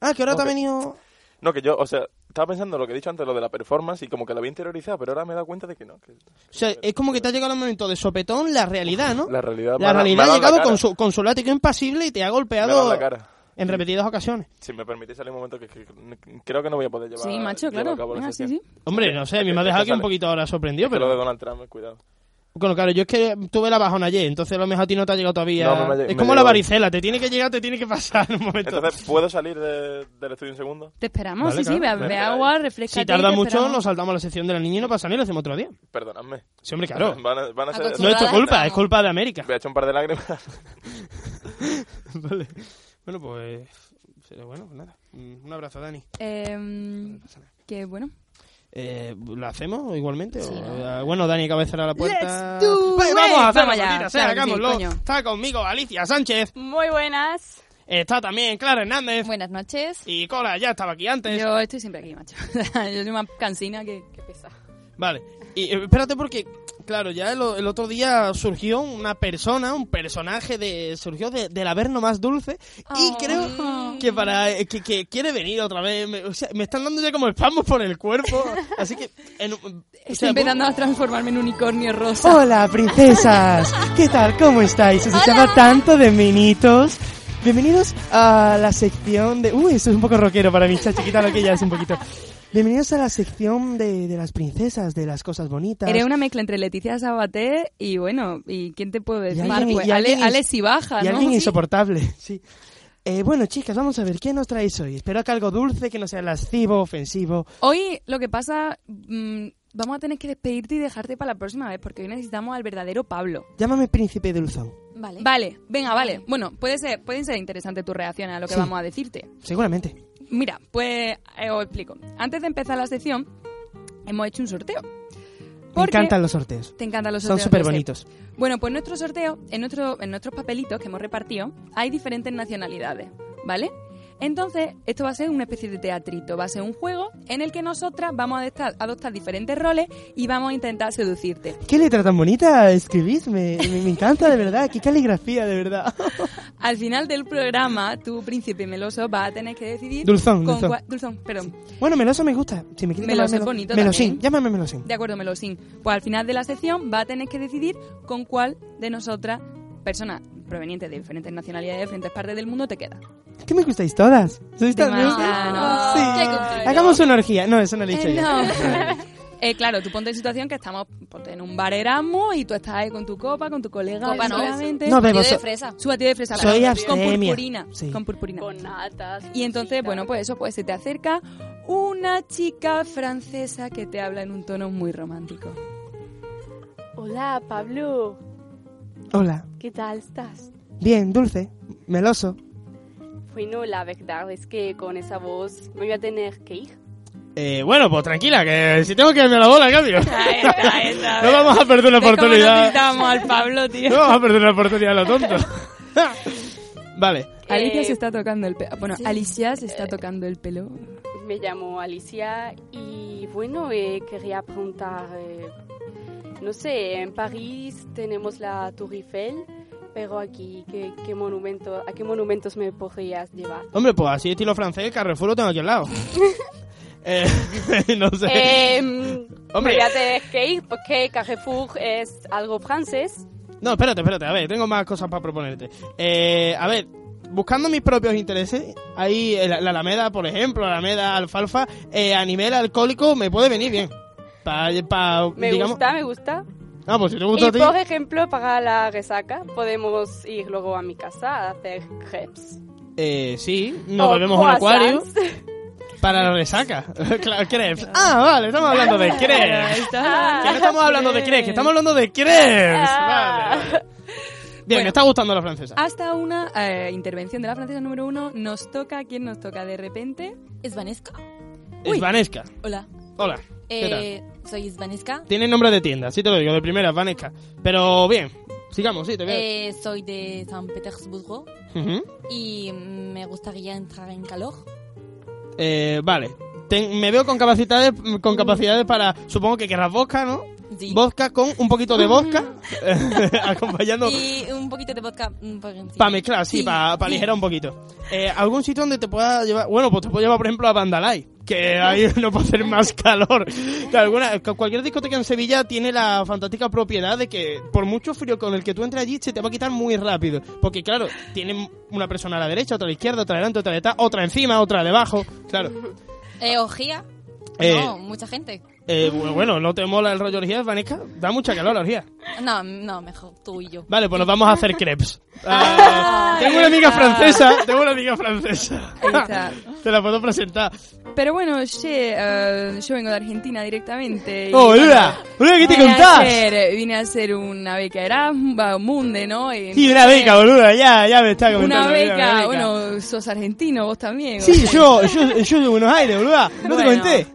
A: Ah, que ahora te ha
B: Ok.
A: venido...
B: No, que yo, o sea, estaba pensando lo que he dicho antes, lo de la performance y como que la había interiorizado, pero ahora me he dado cuenta de que no. que-
A: O sea, es como que te ha llegado el momento de sopetón, la realidad, ¿no?
B: La realidad me
A: La
B: ha dado-
A: realidad
B: me
A: ha
B: ha dado la
A: llegado
B: cara.
A: con su, con su látigo impasible y
B: Me
A: te ha
B: ha dado
A: golpeado
B: la cara.
A: en repetidas ocasiones.
B: Si me permitís, hay un momento que, que- que creo que no voy a poder llevar.
C: Sí, macho,
B: llevar a
C: claro.
B: cabo la
C: Venga, Ah, sí,
B: sección.
C: sí.
A: Hombre, no sé, a mí me ha
B: Esto
A: dejado que un
B: sale.
A: poquito ahora sorprendido,
B: Que Lo de
A: pero...
B: Donald Trump, cuidado.
A: Bueno, claro, yo es que tuve la bajona ayer, entonces a lo mejor a ti no te ha llegado todavía...
B: No, me ha lle-
A: es
B: me
A: como
B: ha
A: la
B: llegado.
A: varicela, te tiene que llegar, te tiene que pasar en un momento.
B: Entonces, ¿puedo salir de- del estudio un segundo?
C: Te esperamos,
A: Vale,
C: sí, sí,
A: claro.
C: ve, ve
B: Venga,
C: agua, refresca.
A: Si tarda mucho, nos saltamos a la sección de la niña y no pasa nada y lo hacemos otro día.
B: Perdonadme.
A: Sí, hombre, claro.
B: Van a, van a ser...
A: No es tu
C: Chorrada,
A: culpa,
C: estamos.
A: es culpa de América.
B: Voy a echar un par de lágrimas.
A: Vale. Bueno, pues. será Bueno, pues nada. Mm, Un abrazo, Dani.
C: Eh, que bueno.
A: Eh, ¿Lo hacemos igualmente? O- eh, bueno, Dani, cabecera a la puerta.
C: Let's do
A: Pues
C: it.
A: vamos a hacerlo,
C: Vamos ya,
A: maldita sea,
C: claro que sí,
A: hagámoslo.
C: coño.
A: Está conmigo Alicia Sánchez.
C: Muy buenas.
A: Está también Clara Hernández.
C: Buenas noches.
A: Y Cora ya estaba aquí antes.
C: Yo estoy siempre aquí, macho. Yo soy una cansina que, que pesa.
A: Vale. Y eh, espérate porque, claro, ya el, o- el otro día surgió una persona, un personaje de surgió de- del Averno más dulce y
C: Oh.
A: creo que para eh, que, que quiere venir otra vez. Me, o sea, me están dando ya como espasmos por el cuerpo, así que en un- o
C: Estoy
A: sea,
C: empezando a transformarme en unicornio rosa.
A: Hola, princesas. ¿Qué tal? ¿Cómo estáis? Os echaba tanto de minitos. Bienvenidos a la sección de... Uy, esto es un poco rockero para mí, chachiquita lo que ya es un poquito. Bienvenidos a la sección de, de las princesas, de las cosas bonitas.
C: Eres una mezcla entre Leticia Sabater y bueno, ¿y quién te puede
A: Y
C: decir?
A: alguien-
C: pues,
A: y alguien
C: Ale,
A: ins-
C: Ale si baja,
A: Y
C: ¿no?
A: alguien
C: Sí.
A: insoportable, sí. Eh, bueno, chicas, vamos a ver, ¿qué nos traéis hoy? Espero que algo dulce, que no sea lascivo, ofensivo.
C: Hoy lo que pasa, mm, vamos a tener que despedirte y dejarte para la próxima vez porque hoy necesitamos al verdadero Pablo.
A: Llámame príncipe dulzón.
C: Vale. venga, vale. Bueno, puede ser, pueden ser interesante tu reacción a lo que
A: Sí.
C: vamos a decirte.
A: Seguramente.
C: Mira, pues eh, os explico. Antes de empezar la sección, hemos hecho un sorteo.
A: Me
C: Porque-
A: encantan los sorteos.
C: Te encantan los
A: Son
C: sorteos,
A: súper
C: lo sé.
A: bonitos.
C: Bueno, pues nuestro sorteo, en, nuestro, en nuestros papelitos que hemos repartido, hay diferentes nacionalidades, ¿vale? Entonces, esto va a ser una especie de teatrito, va a ser un juego en el que nosotras vamos a adoptar, adoptar diferentes roles y vamos a intentar seducirte.
A: ¿Qué letra tan bonita escribís? Me, me, me encanta, de verdad. Qué caligrafía, de verdad.
C: Al final del programa, tu príncipe meloso va a tener que decidir...
A: Dulzón,
C: con
A: dulzón.
C: cua- dulzón, perdón.
A: Bueno, Meloso me gusta. Si me quieres
C: Meloso
A: llamar
C: es bonito
A: Melosín,
C: también.
A: llámame Melosín.
C: De acuerdo, Melosín. Pues al final de la sección va a tener que decidir con cuál de nosotras, personas provenientes de diferentes nacionalidades, de diferentes partes del mundo, te queda.
A: Es que me gustáis todas. ¿Sois tan
C: Demasiado.
A: Ah,
C: Qué
A: sí.
C: complicado.
A: Hagamos una orgía. No, eso no lo he dicho
C: Eh,
A: yo.
C: no. Eh, claro, tú ponte en situación que estamos ponte en un bar Erasmus y tú estás ahí con tu copa, con tu colega,
G: Copa no.
C: solamente.
A: No bebo. so-
G: fresa.
C: Su batido de fresa.
A: Soy
C: claro, con
A: abstemia.
C: purpurina.
A: Sí.
C: Con purpurina.
G: Con natas.
C: Y entonces, bueno, pues eso, pues se te acerca una chica francesa que te habla en un tono muy romántico.
G: Hola, Pablo.
A: Hola.
G: ¿Qué tal estás?
A: Bien, dulce. Meloso.
G: Bueno, Pues la verdad es que con esa voz me voy a tener que ir.
A: Eh, bueno, pues tranquila, que si tengo que irme a la bola, cambio.
C: Ahí está, ahí está.
A: No vamos a perder la
C: ¿Ves cómo nos
A: oportunidad.
C: pintamos al Pablo, tío.
A: No vamos a perder la oportunidad, lo tonto. vale.
C: Alicia
G: Eh,
C: se está tocando el pelo. Bueno, Alicia se
A: Eh.
C: está tocando el pelo.
G: Me llamo Alicia y bueno, eh, quería preguntar, eh, no sé, en París tenemos la Tour Eiffel, pero aquí, ¿qué, qué monumento, ¿a qué monumentos me podrías llevar?
A: Hombre, pues así estilo francés, Carrefour lo tengo aquí al lado. Eh, no sé.
G: Eh, me
A: Hombre.
G: voy a tener que ir porque Carrefour es algo francés.
A: No, espérate, espérate, a ver, tengo más cosas para proponerte. Eh, a ver, buscando mis propios intereses, ahí eh, la, la Alameda, por ejemplo, la Alameda Alfalfa, eh, a nivel alcohólico me puede venir bien. Pa, pa,
G: Me
A: digamos,
G: gusta, me gusta.
A: Ah, pues si te gusta
G: Y
A: a ti.
G: por ejemplo, para la resaca podemos ir luego a mi casa a hacer crepes.
A: Eh, sí, nos
G: O
A: bebemos un acuario.
G: croissants.
A: Para la resaca. Claro, crepes. Ah, vale, estamos hablando de crepes. Que no estamos hablando de crepes, que estamos hablando de crepes.
G: Ah.
A: Vale. Bien, me está gustando la francesa.
C: Hasta una eh, intervención de la francesa número uno. Nos toca, ¿quién nos toca de repente?
H: Isvanesca.
C: Uy.
A: Es Vanesca.
H: Hola.
A: Hola. ¿Qué tal?
H: Eh, soy Isvanesca.
A: Tiene nombre de tienda, sí te lo digo, de primera, Vanesca. Pero bien, sigamos, sí, te veo.
H: Eh, soy de San Petersburgo
A: Ujú.
H: y mm, me gustaría entrar en calor.
A: Eh, vale. Ten- me veo con capacidades, con capacidades para. Supongo que querrás vodka, ¿no? Vodka con un poquito de vodka. acompañando.
H: Y un poquito de vodka mm, por encima.
A: Para mezclar, sí,
H: Sí,
A: para
H: sí.
A: aligerar un poquito. Eh, ¿Algún sitio donde te pueda llevar? Bueno, pues te puedo llevar, por ejemplo, a Bandalay, que ahí no puede hacer más calor. Que alguna, cu- cualquier discoteca en Sevilla tiene la fantástica propiedad de que, por mucho frío con el que tú entres allí, se te va a quitar muy rápido. Porque, claro, tienen una persona a la derecha, otra a la izquierda, otra delante, otra detrás, otra encima, otra debajo. Claro.
H: Eh, orgía.
A: Eh,
H: No, mucha gente.
A: eh, bu- bueno, ¿no te mola el rollo orgía, Vanesca? Da mucha calor la orgía.
H: No, no, mejor tú y yo.
A: Vale, pues nos vamos a hacer crepes. Ah, tengo una amiga francesa, tengo una amiga francesa.
C: Esa.
A: Te la puedo presentar.
C: Pero bueno, che, eh, yo vengo de Argentina directamente. y-
A: ¡Oh, Lula! ¡Lula, qué te
C: Vine a
A: contás!
C: hacer- vine a hacer una beca Erasmus, va, Munde, ¿no? Y eh,
A: Sí, una beca, boluda, ya, ya me está comentando.
C: Una
A: mira,
C: beca, bueno, sos argentino vos también.
A: Sí,
C: o sea.
A: yo, yo, yo de Buenos Aires, boluda. No te
C: Bueno.
A: comenté.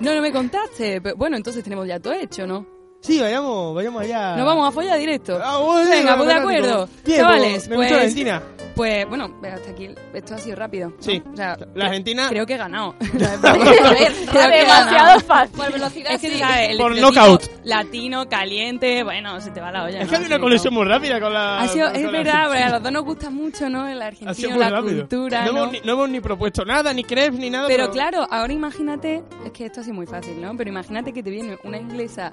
C: No, no me contaste. Pero, bueno, entonces tenemos ya todo hecho, ¿no?
A: Sí, vayamos, vayamos allá.
C: Nos vamos a follar directo.
A: Ah, bueno,
C: Venga, pues de
A: fantástico.
C: acuerdo.
A: Bien,
C: Chavales,
A: me
C: pues,
A: gustó Argentina.
C: Pues bueno, hasta aquí. Esto ha sido rápido.
A: Sí.
C: O sea,
A: La Argentina.
C: creo que he ganado.
G: Demasiado fácil.
H: Por velocidad,
C: Es que,
H: sí.
C: ¿sabes? El
A: Por
C: latino-
A: knockout.
C: Latino, caliente, bueno, se te va la olla.
A: Es que
C: ¿no?
A: había una
C: Sí,
A: conexión muy rápida con
C: no.
A: la.
C: Ha sido,
A: con
C: es
A: la
C: verdad,
A: Argentina.
C: porque a los dos nos gusta mucho, ¿no? El
A: Ha sido
C: argentino,
A: muy
C: la
A: rápido.
C: cultura,
A: no,
C: ¿no?
A: Hemos, ni, no hemos ni propuesto nada, ni crepes, ni nada.
C: Pero claro, ahora imagínate, es que esto ha sido muy fácil, ¿no? Pero imagínate que te viene una inglesa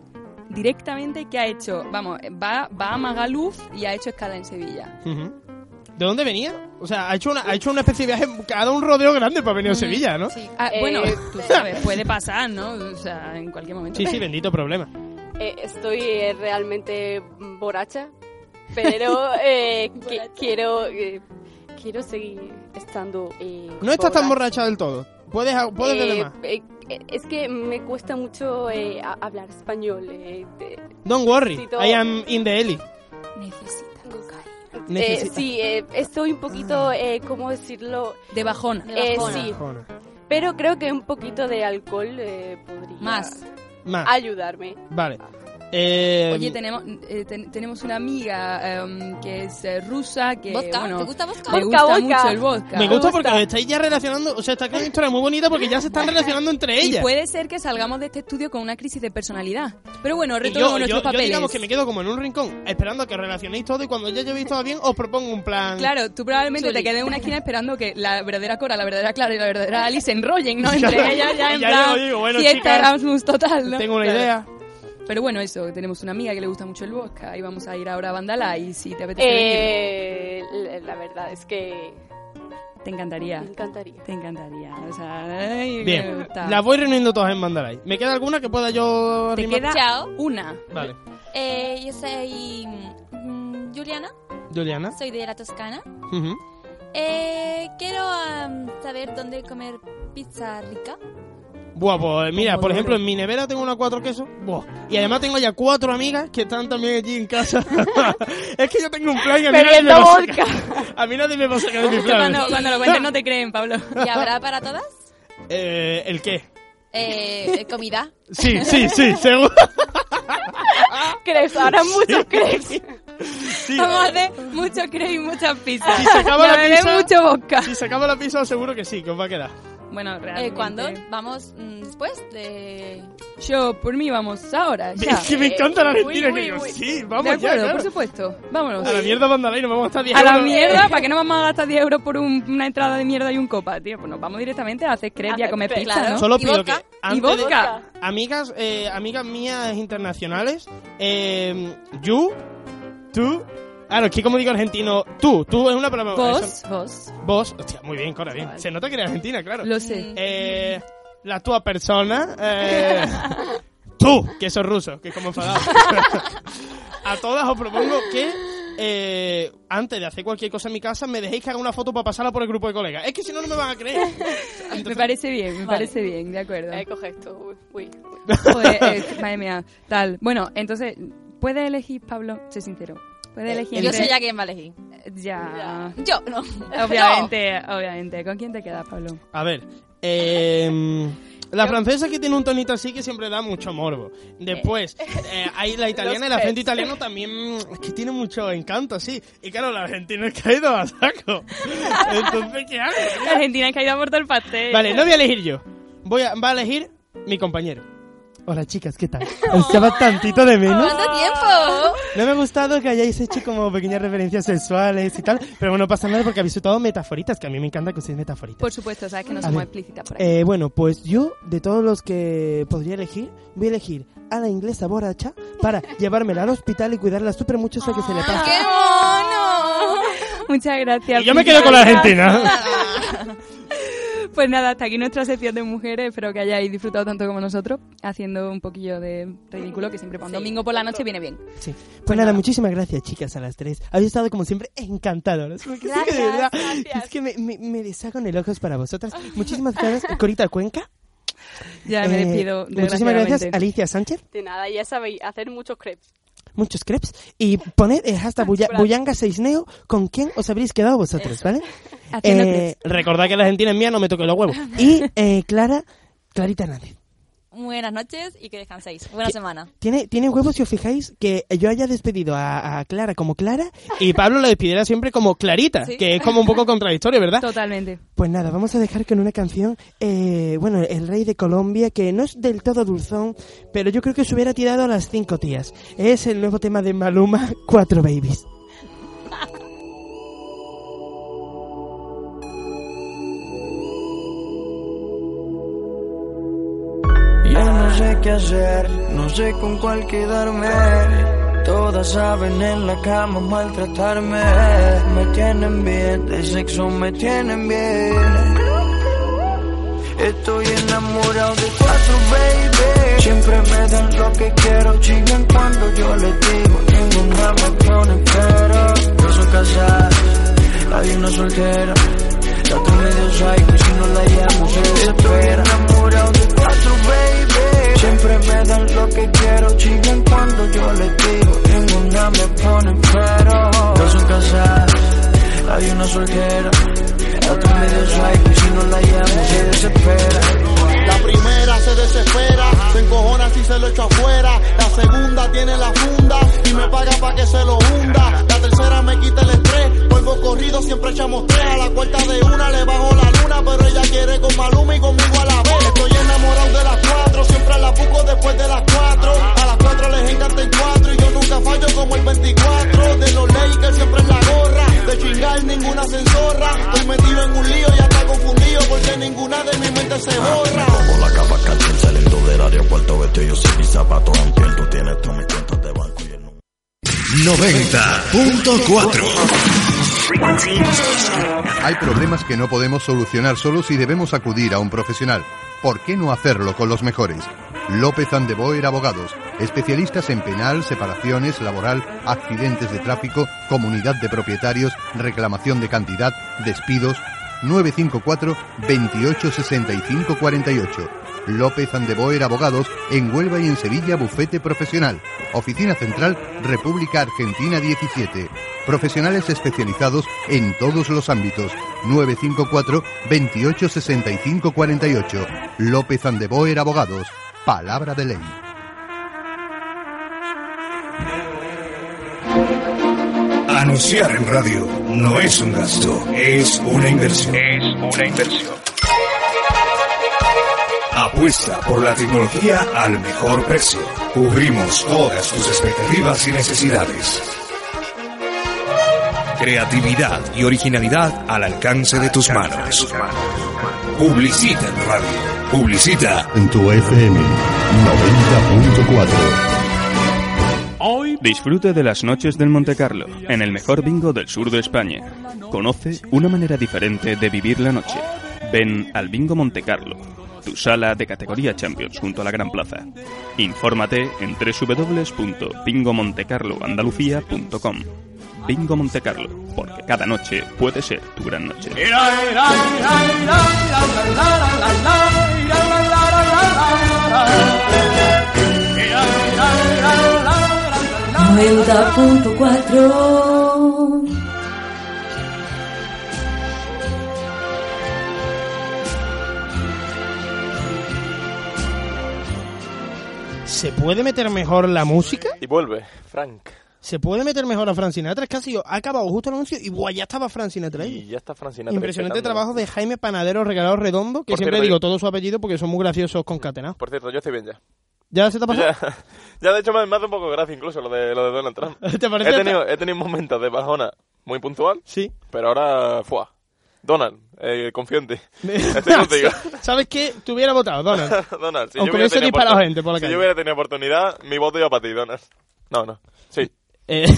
C: directamente que ha hecho, vamos, va, va a Magaluf y ha hecho escala en Sevilla.
A: Ujú. ¿De dónde venía? O sea, ha hecho una, ha hecho una especie de viaje, ha dado un rodeo grande para venir a Sevilla, ¿no?
H: Sí.
C: Ah,
G: Eh,
C: bueno, tú sabes, puede pasar, ¿no? O sea, en cualquier momento.
A: Sí, sí, bendito problema.
G: Eh, estoy eh, realmente borracha, pero eh, que- quiero eh, quiero seguir estando. eh,
A: No estás tan
G: borracha.
A: borracha del todo. Puedes, puedes de
G: Eh,
A: demás.
G: eh, eh, es que me cuesta mucho eh, a- hablar español. eh, eh,
A: Don't worry,
G: sí, todo.
A: I am in the alley.
H: Necesita cocaína.
G: eh,
A: Necesita-
G: sí, eh, estoy un poquito, eh, ¿cómo decirlo?
C: Ah. De bajona.
G: Eh,
H: De bajona.
G: sí, pero creo que un poquito de alcohol eh, podría
H: Más.
A: Más,
G: ayudarme.
A: vale. Eh,
C: Oye, tenemos, eh, ten- tenemos una amiga em, que es eh, rusa, que
H: ¿Vodka?
C: bueno,
H: ¿Te gusta vodka?
C: le
G: Vodka,
C: gusta
G: vodka.
C: mucho el vodka.
A: me gusta porque
G: gusta.
A: os estáis ya relacionando, o sea, está con una historia muy bonita porque ya se están relacionando entre
C: Y
A: ellas.
C: puede ser que salgamos de este estudio con una crisis de personalidad. Pero bueno,
A: Y
C: retomamos
A: yo, yo-
C: nuestros
A: yo
C: papeles.
A: digamos que me quedo como en un rincón esperando a que os relacionéis todo y cuando ya llevéis todo bien os propongo un plan.
C: Claro, tú probablemente
H: Chuli.
C: te quedes en una esquina esperando que la verdadera Cora, la verdadera Clara y la verdadera Alice se enrollen, ¿no? Entre ellas ya en
A: Ya
C: plan
A: yo digo, bueno,
C: fiesta
A: chicas,
C: Erasmus total, ¿no?
A: Tengo una
C: Claro.
A: idea.
C: Pero bueno, eso, tenemos una amiga que le gusta mucho el vodka y vamos a ir ahora a Bandala y si te apetece
G: Eh, la- la verdad es que
C: venir, te
G: me
C: encantaría.
G: encantaría.
C: Te encantaría, o sea, ay, me
A: Bien,
C: gusta.
A: las voy reuniendo todas en Mandalay. ¿Me queda alguna que pueda yo
C: Te
A: arrimar?
C: queda
H: Chao.
C: una.
A: Vale.
H: Eh, yo soy mm, Juliana,
A: Juliana.
H: soy de la Toscana.
A: Ujú.
H: Eh, quiero am, saber dónde comer pizza rica.
A: Buah, pues mira, por ejemplo, en mi nevera tengo una cuatro quesos. Buah. Y además tengo ya cuatro amigas que están también allí en casa. es que yo tengo un plan y a mí nadie me
G: Bebiendo
A: va a
G: vodka.
A: sacar. A mí nadie me va a sacar de mi plan.
C: Cuando, cuando lo cuentes no te creen, Pablo.
H: ¿Y habrá para todas?
A: Eh, ¿El qué?
H: Eh, comida.
A: Sí, sí, sí, seguro.
G: Crepes, ahora muchos crepes.
A: Sí,
C: Vamos a hacer mucho creme y muchas pizzas.
A: Si se acaba
C: Y a
A: la
C: beber
A: pizza-
C: mucho vodka.
A: si se acaba la pizza, seguro que sí, que os va a quedar.
C: Bueno, realmente.
H: Eh, ¿Cuándo? Vamos mm, después de...
C: Yo, por mí, vamos ahora, ya.
A: Es que me encanta la
G: Uy,
A: Argentina.
G: uy,
A: que digo,
G: uy.
A: sí,
C: De
A: vamos ya,
C: acuerdo,
A: claro.
C: por supuesto. Vámonos.
A: A la mierda Mandalay, nos vamos a estar diez
C: A la
A: horas.
C: mierda, ¿para qué no vamos a gastar 10 euros por un- una entrada de mierda y un copa, tío? Pues nos vamos directamente a hacer crepe y a comer
G: Claro.
C: pizza, ¿no?
A: Solo
H: Ah, ¿Y
A: pido que
H: vodka?
C: Y
A: antes de-
C: vodka.
A: amigas, eh, amigas mías internacionales, eh, you, tú, claro, es que como digo argentino, tú, tú es una palabra.
C: Vos,
A: eso-
C: vos,
A: vos, hostia, muy bien, Cora, bien. Se nota que eres argentina, claro.
C: lo sé.
A: Eh, la tua persona, eh, tú, que sos ruso, que como enfadado. A todas os propongo que eh, antes de hacer cualquier cosa en mi casa, me dejéis que haga una foto para pasarla por el grupo de colegas. Es que si no, no me van a creer.
C: Me parece bien, me
A: Vale.
C: parece bien, de acuerdo.
G: Eh, coge esto. Uy, uy.
C: Joder, eh, madre mía, tal. Bueno, entonces, ¿puede elegir, Pablo? Sé sincero. ¿Puede elegir
H: Eh, Yo
C: entre-
H: sé ya quién va a elegir.
C: Ya.
H: Yo, no.
C: Obviamente, obviamente. ¿Con quién te quedas, Pablo?
A: A ver, eh, la francesa que tiene un tonito así que siempre da mucho morbo. Después, eh, hay la italiana, el
H: Los
A: acento
H: pets.
A: italiano también mm, es que tiene mucho encanto, sí. Y claro, la argentina es caído a saco. Entonces, ¿qué hago?
C: La Argentina es que ha ido a por todo el pastel.
A: Vale, no voy a elegir yo. Voy a, va a elegir mi compañero. Hola chicas, ¿qué tal? ¿Os echaba tantito de menos?
H: ¿Cuánto tiempo?
A: No me ha gustado que hayáis hecho como pequeñas referencias sexuales y tal, pero bueno, no pasa nada porque habéis usado metaforitas, que a mí me encanta que uséis metaforitas.
C: Por supuesto, sabes que no
A: A
C: somos
A: ver.
C: explícitas por ahí.
A: Eh, bueno, pues yo, de todos los que podría elegir, voy a elegir a la inglesa borracha para llevármela al hospital y cuidarla súper mucho hasta que se le
C: Ah,
A: pase.
H: ¡Qué mono!
C: Muchas gracias.
A: Y yo me quedo con la
C: princesa.
A: Argentina.
C: Pues nada, hasta aquí nuestra sección de mujeres. Espero que hayáis disfrutado tanto como nosotros, haciendo un poquillo de ridículo que siempre para un domingo por la noche viene bien.
A: Sí. Pues nada, muchísimas gracias, chicas, a las tres. Habéis estado, como siempre, encantadoras. Porque es que de verdad, es que me, me, me deshago en elogios para vosotras. Muchísimas gracias, Corita Cuenca.
C: Ya me
A: Eh,
C: despido.
A: Muchísimas gracias,
C: desgraciadamente.
A: Alicia Sánchez.
G: De nada, ya sabéis, hacer muchos crepes.
A: Muchos crepes. Y poned el hashtag bulla-
G: Chocolate.
A: Bullanga Seisneo con quién os habréis quedado vosotros, ¿vale?
C: Haciendo
A: Eh, recordad que la Argentina es mía, no me toque los huevos. Y eh, Clara, Clarita Hernández.
H: Buenas noches y que descanséis. Buena semana.
A: Tiene, tiene huevos si os fijáis que yo haya despedido a, a Clara como Clara y Pablo la despidiera siempre como Clarita,
H: Sí.
A: que es como un poco contradictorio, ¿verdad?
C: Totalmente.
A: Pues nada, vamos a dejar con una canción, eh, bueno, El Rey de Colombia, que no es del todo dulzón, pero yo creo que se hubiera tirado a las cinco tías. Es el nuevo tema de Maluma, Cuatro Babies.
I: Ya no sé qué hacer, no sé con cuál quedarme. Todas saben en la cama maltratarme. Me tienen bien, de sexo me tienen bien. Estoy enamorado de cuatro, baby. Siempre me dan lo que quiero, chillan cuando yo les digo. Tengo una montón entero. Dos son casadas, hay una soltera. La otra medio psycho, y si no la llamo se desespera. Estoy enamorado de cuatro, baby. Siempre me dan lo que quiero, chillan cuando yo les digo. Ninguna me pone pero. Dos son casadas, hay una soltera. La otra medio psycho, y si no la llamo se desespera.
J: La primera se desespera, se encojona si se lo echo afuera. La segunda tiene la funda y me paga pa' que se lo hunda. La tercera me quita el estrés, vuelvo corrido, siempre echamos tres. A la cuarta de una le bajo la luna, pero ella quiere con Maluma y conmigo a la vez. Estoy enamorado de las cuatro, siempre la busco después de las cuatro. A las cuatro les encanta el cuatro y yo nunca fallo como el 24. De los Lakers siempre en la gorra, de chingar ninguna se enzorra. Estoy metido en un lío y hasta confundido porque ninguna de mi mente se borra.
K: Con la capa calcín saliendo del aeropuerto Vestido sin mis zapatos en piel Tú tienes todas mis cuentas de banco y el número
L: 90.4 Hay problemas que no podemos solucionar solos y debemos acudir a un profesional. ¿Por qué no hacerlo con los mejores? López Andeboer Abogados, especialistas en penal, separaciones, laboral, accidentes de tráfico, comunidad de propietarios, reclamación de cantidad, despidos. 954 286548 López Andeboer Abogados en Huelva y en Sevilla Bufete Profesional. Oficina Central República Argentina 17. Profesionales especializados en todos los ámbitos. 954 286548 López Andeboer Abogados. Palabra de ley.
M: Anunciar en radio no es un gasto, es una inversión. Es una inversión. Apuesta por la tecnología al mejor precio. Cubrimos todas tus expectativas y necesidades. Creatividad y originalidad al alcance de tus manos. Publicita en radio. Publicita
N: En tu FM 90.4.
O: Disfrute de las noches del Monte Carlo, en el mejor bingo del sur de España. Conoce una manera diferente de vivir la noche. Ven al Bingo Monte Carlo, tu sala de categoría Champions junto a la Gran Plaza. Infórmate en www.bingomontecarloandalucía.com. Bingo Montecarlo, porque cada noche puede ser tu gran noche.
N: punto cuatro.
A: ¿Se puede meter mejor la música?
B: Y vuelve, Frank.
A: ¿Se puede meter mejor a Frank Sinatra? Es casi, ha acabado justo el anuncio y buah, ya estaba Frank Sinatra ahí.
B: Y ya está Frank Sinatra
A: Impresionante
B: petando.
A: trabajo de Jaime Panadero Regalado Redondo, que
B: Por
A: siempre
B: cierto,
A: digo
B: yo-
A: todo su apellido porque son muy graciosos concatenados.
B: Por cierto, yo estoy bien ya.
A: ¿Ya se te ha pasado?
B: Ya, ya, de hecho me, me hace un poco gracia incluso lo de, lo de Donald Trump.
A: ¿Te parece?
B: He tenido, he tenido momentos de bajona muy puntual.
A: Sí.
B: Pero ahora, fuá. Donald, eh, confío en ti. Estoy contigo.
A: ¿Sabes qué? Te hubiera votado, Donald.
B: Donald, si
A: Aunque
B: yo hubiera
A: hubiese
B: tenido
A: disparado
B: oportun-
A: gente por la
B: Si
A: calle.
B: yo hubiera tenido oportunidad, mi voto iba para ti, Donald. No, no. Sí.
A: Eh,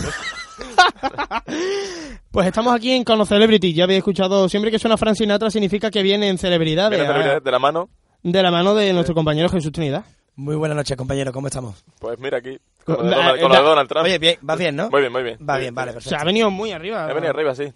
A: Pues estamos aquí en Con los Celebrity. Ya habéis escuchado, siempre que suena Frank Sinatra significa que viene en celebridades.
B: Viene
A: a-
B: celebridades de la mano.
A: de la mano de nuestro compañero Jesús Trinidad.
P: Muy buenas noches, compañero. ¿Cómo estamos?
B: Pues mira aquí. Con lo de
A: La-
B: Donald, con lo de
A: la-
B: Donald Trump.
P: eh, Oye, bien, vas bien, ¿no?
B: Muy bien, muy bien.
P: Va bien, vale,
A: O sea, ha venido muy arriba.
B: He venido arriba, sí.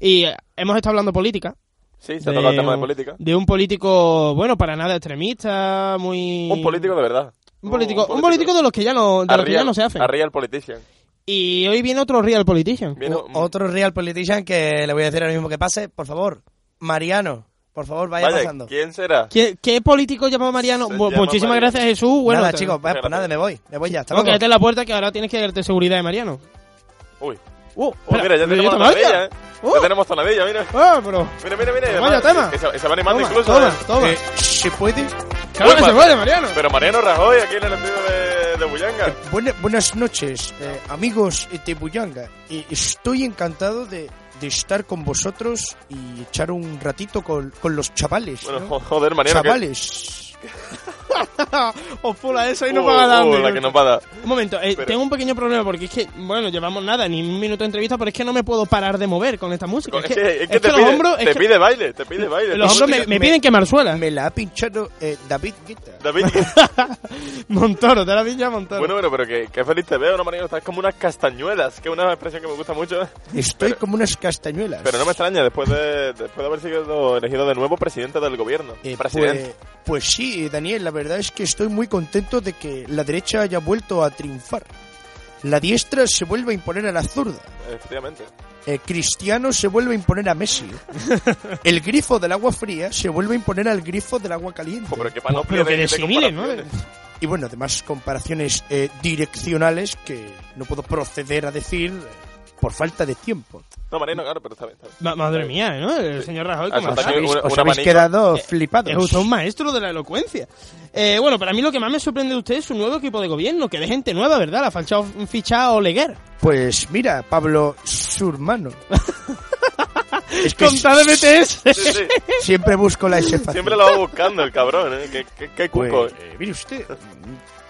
A: Y eh, hemos estado hablando política.
B: Sí, se ha tocado el tema de
A: un-
B: política.
A: De un político, bueno, para nada extremista, muy...
B: Un político de verdad.
A: Un político, un político de los que ya no, de los que ya no se hacen.
B: A real politician.
A: Y hoy viene otro real politician.
P: O- Otro real politician que le voy a decir ahora mismo que pase. Por favor, Mariano, por favor, vaya,
B: Vaya,
P: pasando.
B: ¿quién será?
A: ¿Qué, qué político llamado Mariano?
P: Se
A: Bu-
P: llama
A: Muchísimas
P: Mariano.
A: gracias, Jesús. Bueno,
P: nada,
A: te-
P: chicos, pues, pues nada, me voy. Me voy ya. Hasta
A: No,
P: luego.
A: quédate en la puerta que ahora tienes que darte seguridad de Mariano.
B: Uy.
A: Uh,
B: Oh,
A: espera,
B: mira, ya
A: pero
B: tenemos
A: yo
B: la
A: te
B: villa, ¿eh? Ya tenemos tonadilla, mira.
A: Ah, pero...
B: Mira, mira, mira.
A: Vaya
B: además,
A: tema.
B: que Se, se va animando
A: Toma,
B: incluso.
A: toma,
B: ¿eh?
A: toma.
B: Eh,
P: ¿Se puede?
A: Claro que
B: Uepa.
A: se puede, Mariano.
B: Pero Mariano Rajoy aquí en el estudio de, de Bullanga.
P: Buena- buenas noches, eh, amigos de Buyanga. Eh, estoy encantado de, de estar con vosotros y echar un ratito con, con los chavales.
B: Bueno,
P: ¿no?
B: jo- joder, Mariano. que-
P: chavales. Oh,
A: Os pula eso y no
B: Uh,
A: paga nada.
B: uh, la que no paga.
A: Un momento, eh,
B: Pero-
A: tengo un pequeño problema porque es que, bueno, llevamos nada, ni un minuto de entrevista, pero es que no me puedo parar de mover con esta música.
B: Es que, es que
A: es
B: te,
A: los
B: pide,
A: hombros- es
B: te
A: que-
B: pide baile, te pide baile.
A: Los hombros me, me piden quemar suela.
P: Me la ha pinchado eh, David Guetta.
B: David,
A: Montoro, te la pincha Montoro.
B: bueno, bueno, pero que, que feliz te veo, ¿no, Mariano? Estás como unas castañuelas, que es una expresión que me gusta mucho. ¿eh?
P: Estoy como unas castañuelas.
B: Pero no me extraña, después de, después de haber sido elegido de nuevo presidente del gobierno. presidente.
P: Pues, pues sí, Daniel, la verdad es que estoy muy contento de que la derecha haya vuelto a triunfar. La diestra se vuelve a imponer a la zurda.
B: Efectivamente.
P: Eh, Cristiano se vuelve a imponer a Messi. El grifo del agua fría se vuelve a imponer al grifo del agua caliente.
B: Pero que panoplia de, de comparaciones.
P: Y bueno, además comparaciones eh, direccionales que no puedo proceder a decir eh, por falta de tiempo.
B: No, Mariano, claro, pero está bien. Está bien.
A: Ma- madre mía, ¿no? El señor Rajoy,
B: Ah,
A: como
B: se ha
A: está.
B: tenido una-
P: Os
B: una
P: habéis
B: manito.
P: quedado flipados.
A: Es usted un maestro de la elocuencia. Eh, bueno, para mí lo que más me sorprende de usted es su nuevo equipo de gobierno, que de gente nueva, ¿verdad? La ha fichado, fichado Oleguer.
P: Pues mira, Pablo Surmano. es
A: Contad de BTS.
B: Sí, sí.
P: Siempre busco la excepción.
B: Siempre lo va buscando el cabrón, ¿eh? Qué, qué, qué cuco.
P: Pues, mire usted.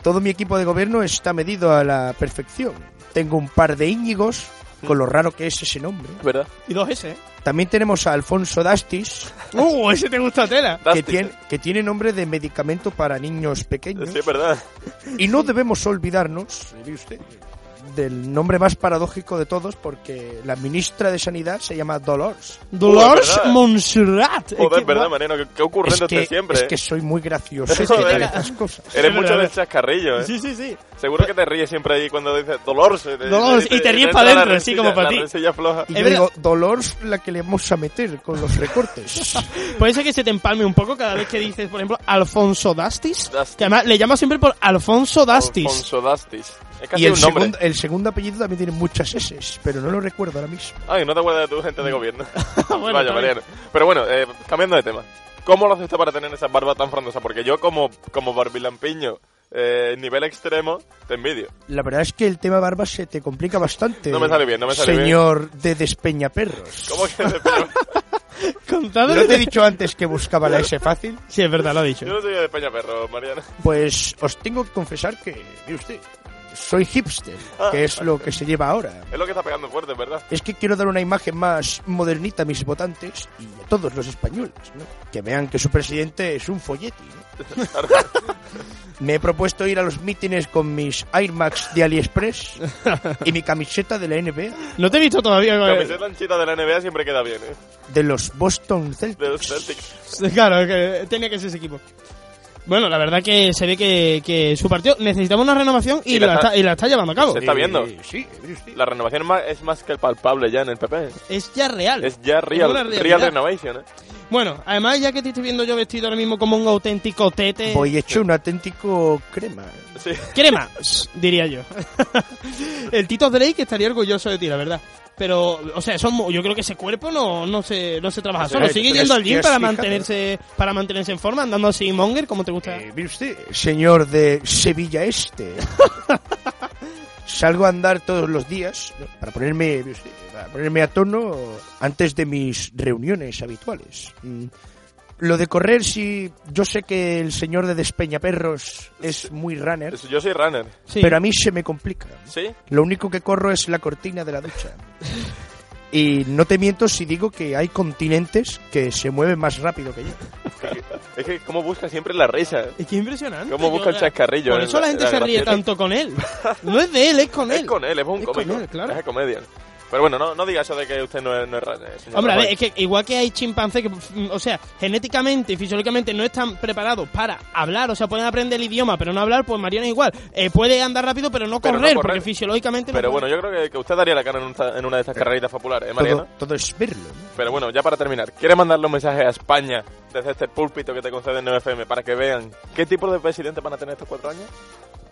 P: Todo mi equipo de gobierno está medido a la perfección. Tengo un par de Íñigos, con lo raro que es ese nombre.
B: ¿Verdad?
A: Y dos S.
P: También tenemos a Alfonso Dastis,
A: Uh, ese te gusta tela.
P: que tiene, que tiene nombre de medicamento para niños pequeños.
B: eh. Sí, es verdad.
P: Y no debemos olvidarnos mire usted, del nombre más paradójico de todos, porque la ministra de Sanidad se llama Dolores.
A: Dolores
B: ¿verdad?
A: Montserrat.
B: Joder,
P: que-
B: ¿verdad, Mariano? Qué, qué ocurrente
P: Es que-
B: usted siempre.
P: es
B: ¿eh?
P: que soy muy gracioso.
B: Joder,
P: y tal,
B: eres-
P: estas cosas.
B: Eres mucho del chascarrillo, ¿eh?
A: Sí, sí, sí.
B: Seguro que te ríes siempre ahí cuando dices dolor. se te-
A: Dolor, y te ríes
B: entra
A: pa'
B: la
A: dentro, así
B: rencilla,
A: como pa'
B: la
A: ti.
B: rencilla floja.
P: Y yo digo, dolor la que le vamos a meter con los recortes.
A: Puede ser que se te empalme un poco cada vez que dices, por ejemplo, Alfonso Dastis. Que además le llamo siempre por Alfonso Dastis.
B: Alfonso Dastis. Es casi
P: y el,
B: un nombre.
P: segundo, el segundo apellido también tiene muchas S, pero no lo recuerdo ahora mismo.
B: Ay, no te acuerdas de tu gente de gobierno.
A: Bueno,
B: Vaya,
A: también.
B: Mariano. Pero bueno, eh, cambiando de tema. ¿Cómo lo hace usted para tener esa barba tan frondosa? Porque yo como, como barbilampiño, eh, nivel extremo, te envidio.
P: La verdad es que el tema barba se te complica bastante.
B: No me sale bien, no me sale
P: Señor de Despeñaperros.
B: ¿Cómo que te pero
A: Contado
P: ¿No te he dicho antes que buscaba la S fácil?
A: Sí, es verdad, lo ha dicho.
B: Yo no soy de Peña Perro, Mariano.
P: Pues os tengo que confesar que, mire usted, soy hipster, que es lo que se lleva ahora.
B: Ah. Es lo que está pegando fuerte, ¿verdad?
P: Es que quiero dar una imagen más modernita a mis votantes y a todos los españoles, ¿no? Que vean que su presidente es un folleti. ¿no? Me he propuesto ir a los mítines con mis Air Max de AliExpress y mi camiseta de la NBA.
A: No te he visto todavía con el-
B: Camiseta anchita de la NBA siempre queda bien, ¿eh?
P: De los Boston Celtics.
B: De los Celtics.
A: Sí, Claro, es que tenía que ser ese equipo. Bueno, la verdad que se ve que, que su partido necesitaba una renovación y, la, está, y la está llevando a cabo.
B: Se está viendo.
P: Sí,
B: La renovación es más, es más que palpable ya en el PP.
A: Es ya real.
B: Es ya real,
A: Es una
B: real
A: realidad.
B: renovation, ¿eh?
A: Bueno, además ya que te estoy viendo yo vestido ahora mismo como un auténtico tete...
P: Voy hecho un auténtico crema. ¿eh?
A: Crema, diría yo. el Tito Drake estaría orgulloso de ti, la verdad. Pero, o sea, son, mu- yo creo que ese cuerpo no, no, se, no se trabaja
P: Sí,
A: solo. Sigue
P: pero
A: yendo
P: es
A: al gym
P: que
A: para
P: fíjate.
A: mantenerse, para mantenerse en forma, andando así monger, como te gusta.
P: Señor de Sevilla Este. Salgo a andar todos los días ¿no? para ponerme, ¿ve usted? para ponerme a tono antes de mis reuniones habituales. Mm. Lo de correr, sí, yo sé que el señor de Despeñaperros es muy runner,
B: Yo soy runner.
P: pero a mí se me complica.
B: ¿Sí?
P: Lo único que corro es la cortina de la ducha. Y no te miento si digo que hay continentes que se mueven más rápido que yo.
B: Es que cómo busca siempre la risa.
A: Es que impresionante.
B: Cómo busca el
A: Yo-
B: chascarrillo.
A: Por
B: en
A: eso la gente
B: en
A: se ríe
B: gracieta.
A: tanto con él. No es de él, es con él.
B: Es con él, es un cómico.
A: él, claro.
B: Es de comedia. Pero bueno, no, no diga eso de que usted no es, no es runner. señor
A: Hombre, a ver,
B: Rajoy.
A: es que igual que hay chimpancés que, mm, o sea, genéticamente y fisiológicamente no están preparados para hablar, o sea, pueden aprender el idioma, pero no hablar, pues Mariana igual. Eh, puede andar rápido, pero no
B: Pero
A: correr,
B: no correr.
A: porque fisiológicamente
B: Pero
A: este no
B: bueno, yo creo que, que usted daría la cara en, un ta- en una de estas carreritas populares, ¿eh, Mariana?
P: Todo, todo es verlo. ¿no?
B: Pero bueno, ya para terminar, ¿quieres mandarle un mensaje a España desde este púlpito que te concede el 9FM para que vean qué tipo de presidente van a tener estos cuatro años?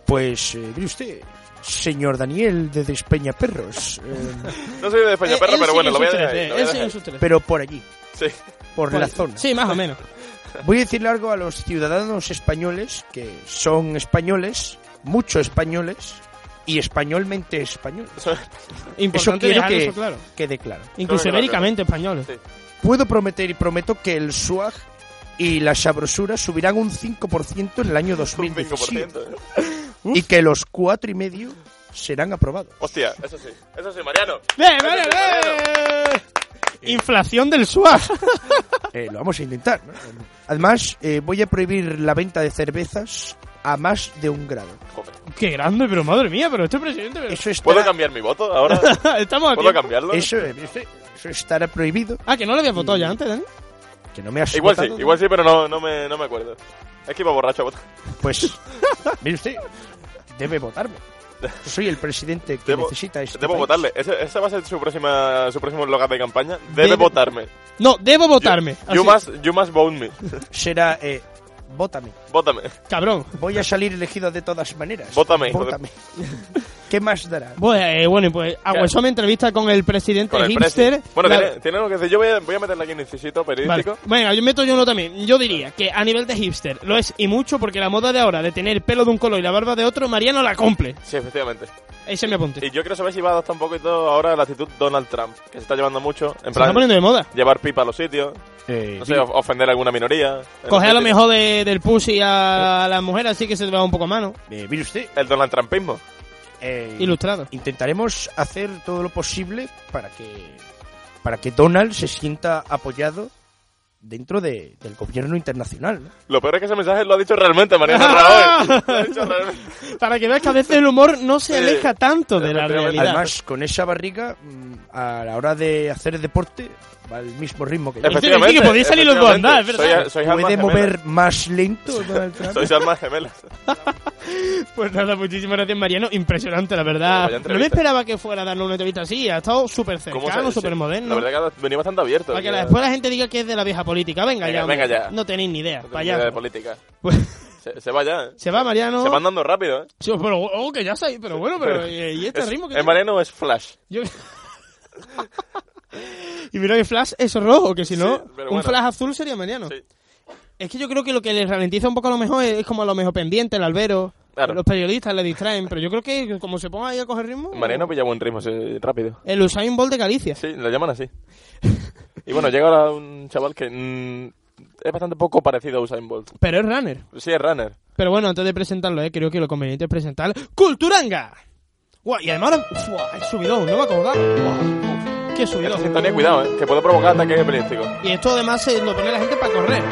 P: Pues, eh, mire usted, señor Daniel de Despeñaperros. eh,
B: No soy de Peña Perro, pero bueno, lo voy a dejar ahí. lo voy a dejar ahí.
P: pero por allí,
B: Sí.
P: por la zona.
A: Sí, más o menos.
P: Voy a decirle algo a los ciudadanos españoles que son españoles, mucho españoles y españolmente españoles. Eso
A: Importante
P: quiero
A: dejar
P: que
A: eso claro.
P: quede claro.
A: Incluso ibéricamente español.
P: Puedo prometer y prometo que el swag y la sabrosura subirán un 5% en el año 2017
B: 5%, ¿eh?
P: y que los 4,5 serán aprobados.
B: Hostia, eso sí. Eso sí, Mariano.
A: ¡Bien, Mariano, Inflación del SUAG.
P: Eh, lo vamos a intentar. ¿no? Además, eh, voy a prohibir la venta de cervezas a más de un grado.
A: Qué grande, pero madre mía, pero este presidente...
P: Eso está-
B: ¿Puedo cambiar mi voto ahora?
A: Estamos a
B: ¿Puedo
A: tiempo.
B: cambiarlo?
P: Eso, eh, ¿viste? Eso estará prohibido.
A: Ah, que no lo había votado ya antes, ¿eh?
P: Que no me has
B: Igual sí,
P: votado.
B: igual sí, pero no, no, me, no me acuerdo. Es que iba borracho a votar.
P: Pues, mire usted, debe votarme. Soy el presidente que
B: Debo-
P: necesita este
B: Debo
P: país.
B: votarle. Ese, ese va a ser su, próxima, su próximo logo de campaña. Debe,
P: Debe- Ah,
B: votarme.
A: No, debo votarme.
B: You
A: Así.
B: must, you must vote me.
P: Será, eh, vótame.
B: Vótame.
A: Cabrón.
P: Voy a salir elegido de todas maneras.
B: Vótame, hijo de-
P: Vótame. ¿Qué más dará?
A: Pues, eh, bueno, y pues Aguasome entrevista con el presidente
B: Con el
A: hipster.
B: presi. Bueno,
A: La-
B: tiene, tiene algo que decir. Yo voy a, voy a meterle aquí un incisito
A: Vale.
B: periodístico.
A: Venga, yo meto yo uno también. Yo diría que a nivel de hipster lo es y mucho porque la moda de ahora de tener el pelo de un color y la barba de otro, Mariano la cumple.
B: Sí, efectivamente.
A: Ese me apunte.
B: Y yo quiero saber si va a adoptar un poquito ahora la actitud Donald Trump, que se está llevando mucho. En
A: Se está poniendo de moda.
B: Llevar pipa a los sitios. no sé,
A: di-
B: of- ofender a alguna minoría.
A: Coge a lo
B: Entonces,
A: mejor de- del pussy a la mujer, así que se te va un poco a mano.
P: Eh, mire usted.
B: El Donald Trumpismo.
P: eh,
A: Ilustrado.
P: Intentaremos hacer todo lo posible para que, para que Donald se sienta apoyado dentro de- del gobierno internacional. ¿no?
B: Lo peor es que ese mensaje lo ha dicho realmente Mariano Rajoy. Lo ha dicho realmente.
A: Para que veas que a veces el humor no
B: Eh,
A: se aleja tanto de la realidad.
P: Además, con esa barriga, mm, a la hora de hacer deporte, va al mismo ritmo que yo.
B: Efectivamente, Sí, sí, que podéis salir los dos a andar, es efectivamente. verdad. Soy- soy
P: Puede
B: alma
P: mover
B: gemela.
P: más lento Donald Trump.
B: Sois almas gemelas.
A: Pues nada, muchísimas gracias Mariano, impresionante la
B: Vaya
A: verdad. No me
B: entrevista.
A: esperaba que fuera a darle una entrevista así, ha estado súper
B: ¿Cómo se-
A: cercano,
B: sí,
A: súper moderno.
B: La verdad es que venía bastante abierto.
A: Para que
B: Ya.
A: la- después la gente diga que es de la vieja política. Venga,
B: Venga,
A: ya.
B: venga
A: hombre.
B: ya.
A: No tenéis ni idea.
B: Ni idea de
A: Payaso.
B: política. se, se va ya, ¿eh?
A: Pues- Se va Mariano.
B: Se va andando rápido, ¿eh?
A: Sí, pero, oh, que ya sabéis, pero bueno, pero eh, y este
B: es,
A: ritmo que
B: ¿Es Mariano o es Flash?
A: Yo- y mira que Flash es rojo, que si no,
B: Sí, pero
A: un
B: bueno.
A: Flash azul sería Mariano. Es que yo creo que lo que les ralentiza un poco a lo mejor es, es como a lo mejor pendiente, el albero.
B: Claro.
A: Los periodistas le distraen, pero yo creo que como se ponga ahí a coger ritmo...
B: Mariano pilla buen ritmo, sí, rápido.
A: El Usain Bolt de Galicia.
B: Sí, lo llaman así. Y bueno, llega ahora un chaval que mm, es bastante poco parecido a Usain Bolt.
A: Pero es runner.
B: Sí, es runner.
A: Pero bueno, antes de presentarlo, eh, creo que lo conveniente es presentar Culturanga. Guau, y además ahora... Fua, el subidón, no me acordaba. Guau, Qué
B: Esta
A: subidón. Eh.
B: sintonía, cuidado, eh, que puede provocar ataques epilépticos.
A: Y esto además se lo pone la gente para correr.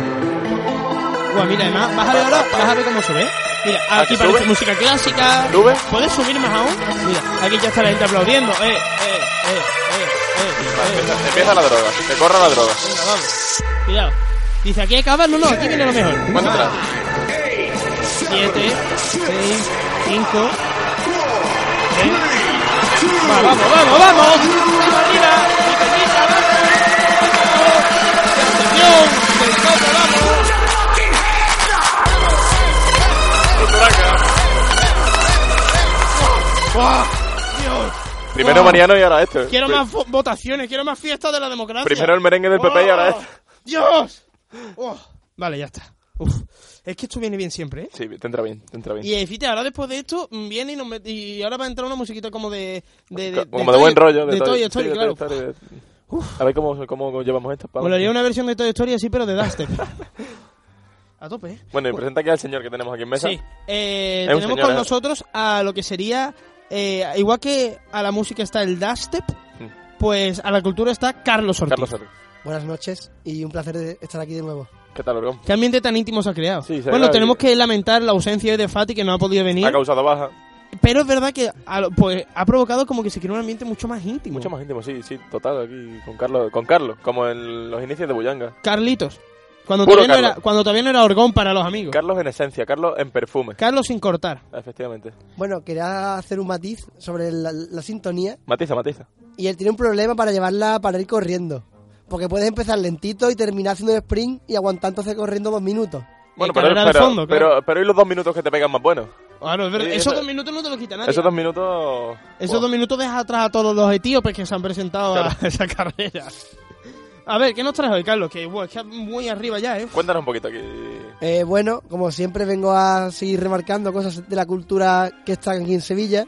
A: Guau, mira, además, bájale ahora, bájale cómo sube. Mira,
B: ¿A
A: aquí
B: que
A: parece
B: sube?
A: música clásica.
B: ¿Sube?
A: ¿Puedes subir más aún? Mira, aquí ya está la gente aplaudiendo. Eh, eh, eh, eh, eh.
B: Vale, empieza, empieza la droga, que corra la droga.
A: Venga, vamos. Cuidado. Dice, aquí acaba, no, no, aquí viene lo mejor.
B: ¿Cuánto atrás?
A: 7, 6, 5, 3. Va, vamos, vamos, vamos. Marina, mi pequeñita, vamos. Atención, del copo, vamos. ¡Guau! Dios.
B: Primero
A: ¡Guau!
B: Mariano y ahora este. esto.
A: Quiero
B: Pri-
A: más vo- votaciones, quiero más fiestas de la democracia. Oh,
B: Primero el merengue del PP y ahora esto.
A: ¡Dios! Oh, Vale, ya está. Uf. Es que esto viene bien siempre, ¿eh?
B: Sí, te entra bien, te entra bien.
A: Y eh, fíjate, ahora después de esto mm, viene y, nos met- y ahora va a entrar una musiquita como de. de, de
B: Como de buen
A: Toy-
B: rollo.
A: De, Toy
B: Toy-
A: Story,
B: sí, de
A: claro.
B: Toy Story, de- A ver cómo, cómo llevamos esto. para
A: Molaría una versión de Toy Story así, pero de Dubstep. a tope, ¿eh?
B: Bueno, y presenta aquí al señor que tenemos aquí en mesa.
A: Sí. Eh,
B: Es un
A: tenemos
B: señor,
A: con
B: ¿eh?
A: nosotros a lo que sería. eh, igual que a la música está el Dubstep,
B: Mm.
A: pues a la cultura está Carlos Ortiz.
B: Carlos Ortiz.
Q: Buenas noches y un placer de estar aquí de nuevo.
B: ¿Qué tal, Orgón?
A: ¿Qué ambiente tan íntimo se ha creado?
B: se
A: bueno,
B: ha-
A: tenemos que lamentar la ausencia hoy de Fati, que no ha podido venir.
B: Ha causado baja.
A: Pero es verdad que a lo- pues, ha provocado como que se crea un ambiente mucho más íntimo.
B: Mucho más íntimo, sí, sí, total, aquí con Carlos, con Carlos como en los inicios de Bullanga.
A: Carlitos. Cuando
B: Puro
A: todavía, no
B: Carlos.
A: era, cuando todavía no era orgón para los amigos.
B: Carlos en esencia, Carlos en perfume.
A: Carlos sin cortar.
B: Efectivamente.
Q: Bueno, quería hacer un matiz sobre la, la sintonía
B: Matiza, matiza.
Q: y él tiene un problema para llevarla para ir corriendo. Porque puedes empezar lentito y terminar haciendo un sprint y aguantándose corriendo dos minutos.
B: Bueno,
A: carrera de
B: pero,
A: fondo,
B: pero,
A: claro.
B: pero, pero ¿y los dos minutos que te pegan más buenos?
A: Claro, es verdad.
B: Sí,
A: Esos
B: eso-
A: dos minutos no te los quita nadie.
B: Esos dos minutos...
A: Esos dos minutos dejas atrás a todos los etíopes que se han presentado a Ah, esa carrera. A ver, ¿qué nos traes hoy, Carlos? Que buah, es que muy arriba ya, ¿eh?
B: Cuéntanos un poquito aquí.
Q: Eh, bueno, como siempre vengo a seguir remarcando cosas de la cultura que están aquí en Sevilla.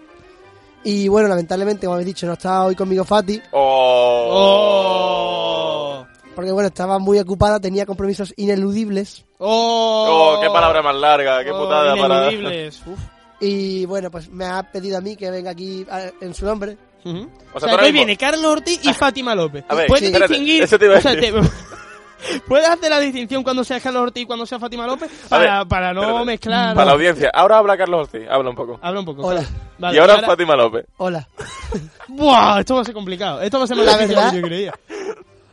Q: Y bueno, lamentablemente, como habéis dicho, no está hoy conmigo Fati.
B: Oh.
A: Oh.
Q: Porque bueno, estaba muy ocupada, tenía compromisos ineludibles.
A: ¡Oh!
B: ¡Oh, qué palabra más larga! ¡Qué
A: Oh,
B: putada para...
A: ineludibles, uf.
Q: Y bueno, pues me ha pedido a mí que venga aquí a- en su nombre.
B: O
A: O
B: sea,
A: sea,
B: tú ahora
A: que hoy
B: mismo- Ah.
A: viene Carlos Ortiz y Fátima López.
B: A ver,
A: puedes
B: espérate,
A: distinguir.
B: eso te iba a
A: o sea,
B: decir.
A: te- puedes hacer la distinción cuando sea Carlos Ortiz y cuando sea Fátima López
B: A ver,
A: para, Ah, para no
B: espérate.
A: mezclar.
B: Para la audiencia. Ahora habla Carlos Ortiz, habla un poco.
A: Habla un poco.
Q: Hola.
A: Carlos. Vale,
B: y ahora, Fátima López.
Q: Hola.
A: ¡Buah! Esto va a ser complicado. Esto va a ser más
Q: La
A: difícil de lo que
Q: verdad-
A: yo creía.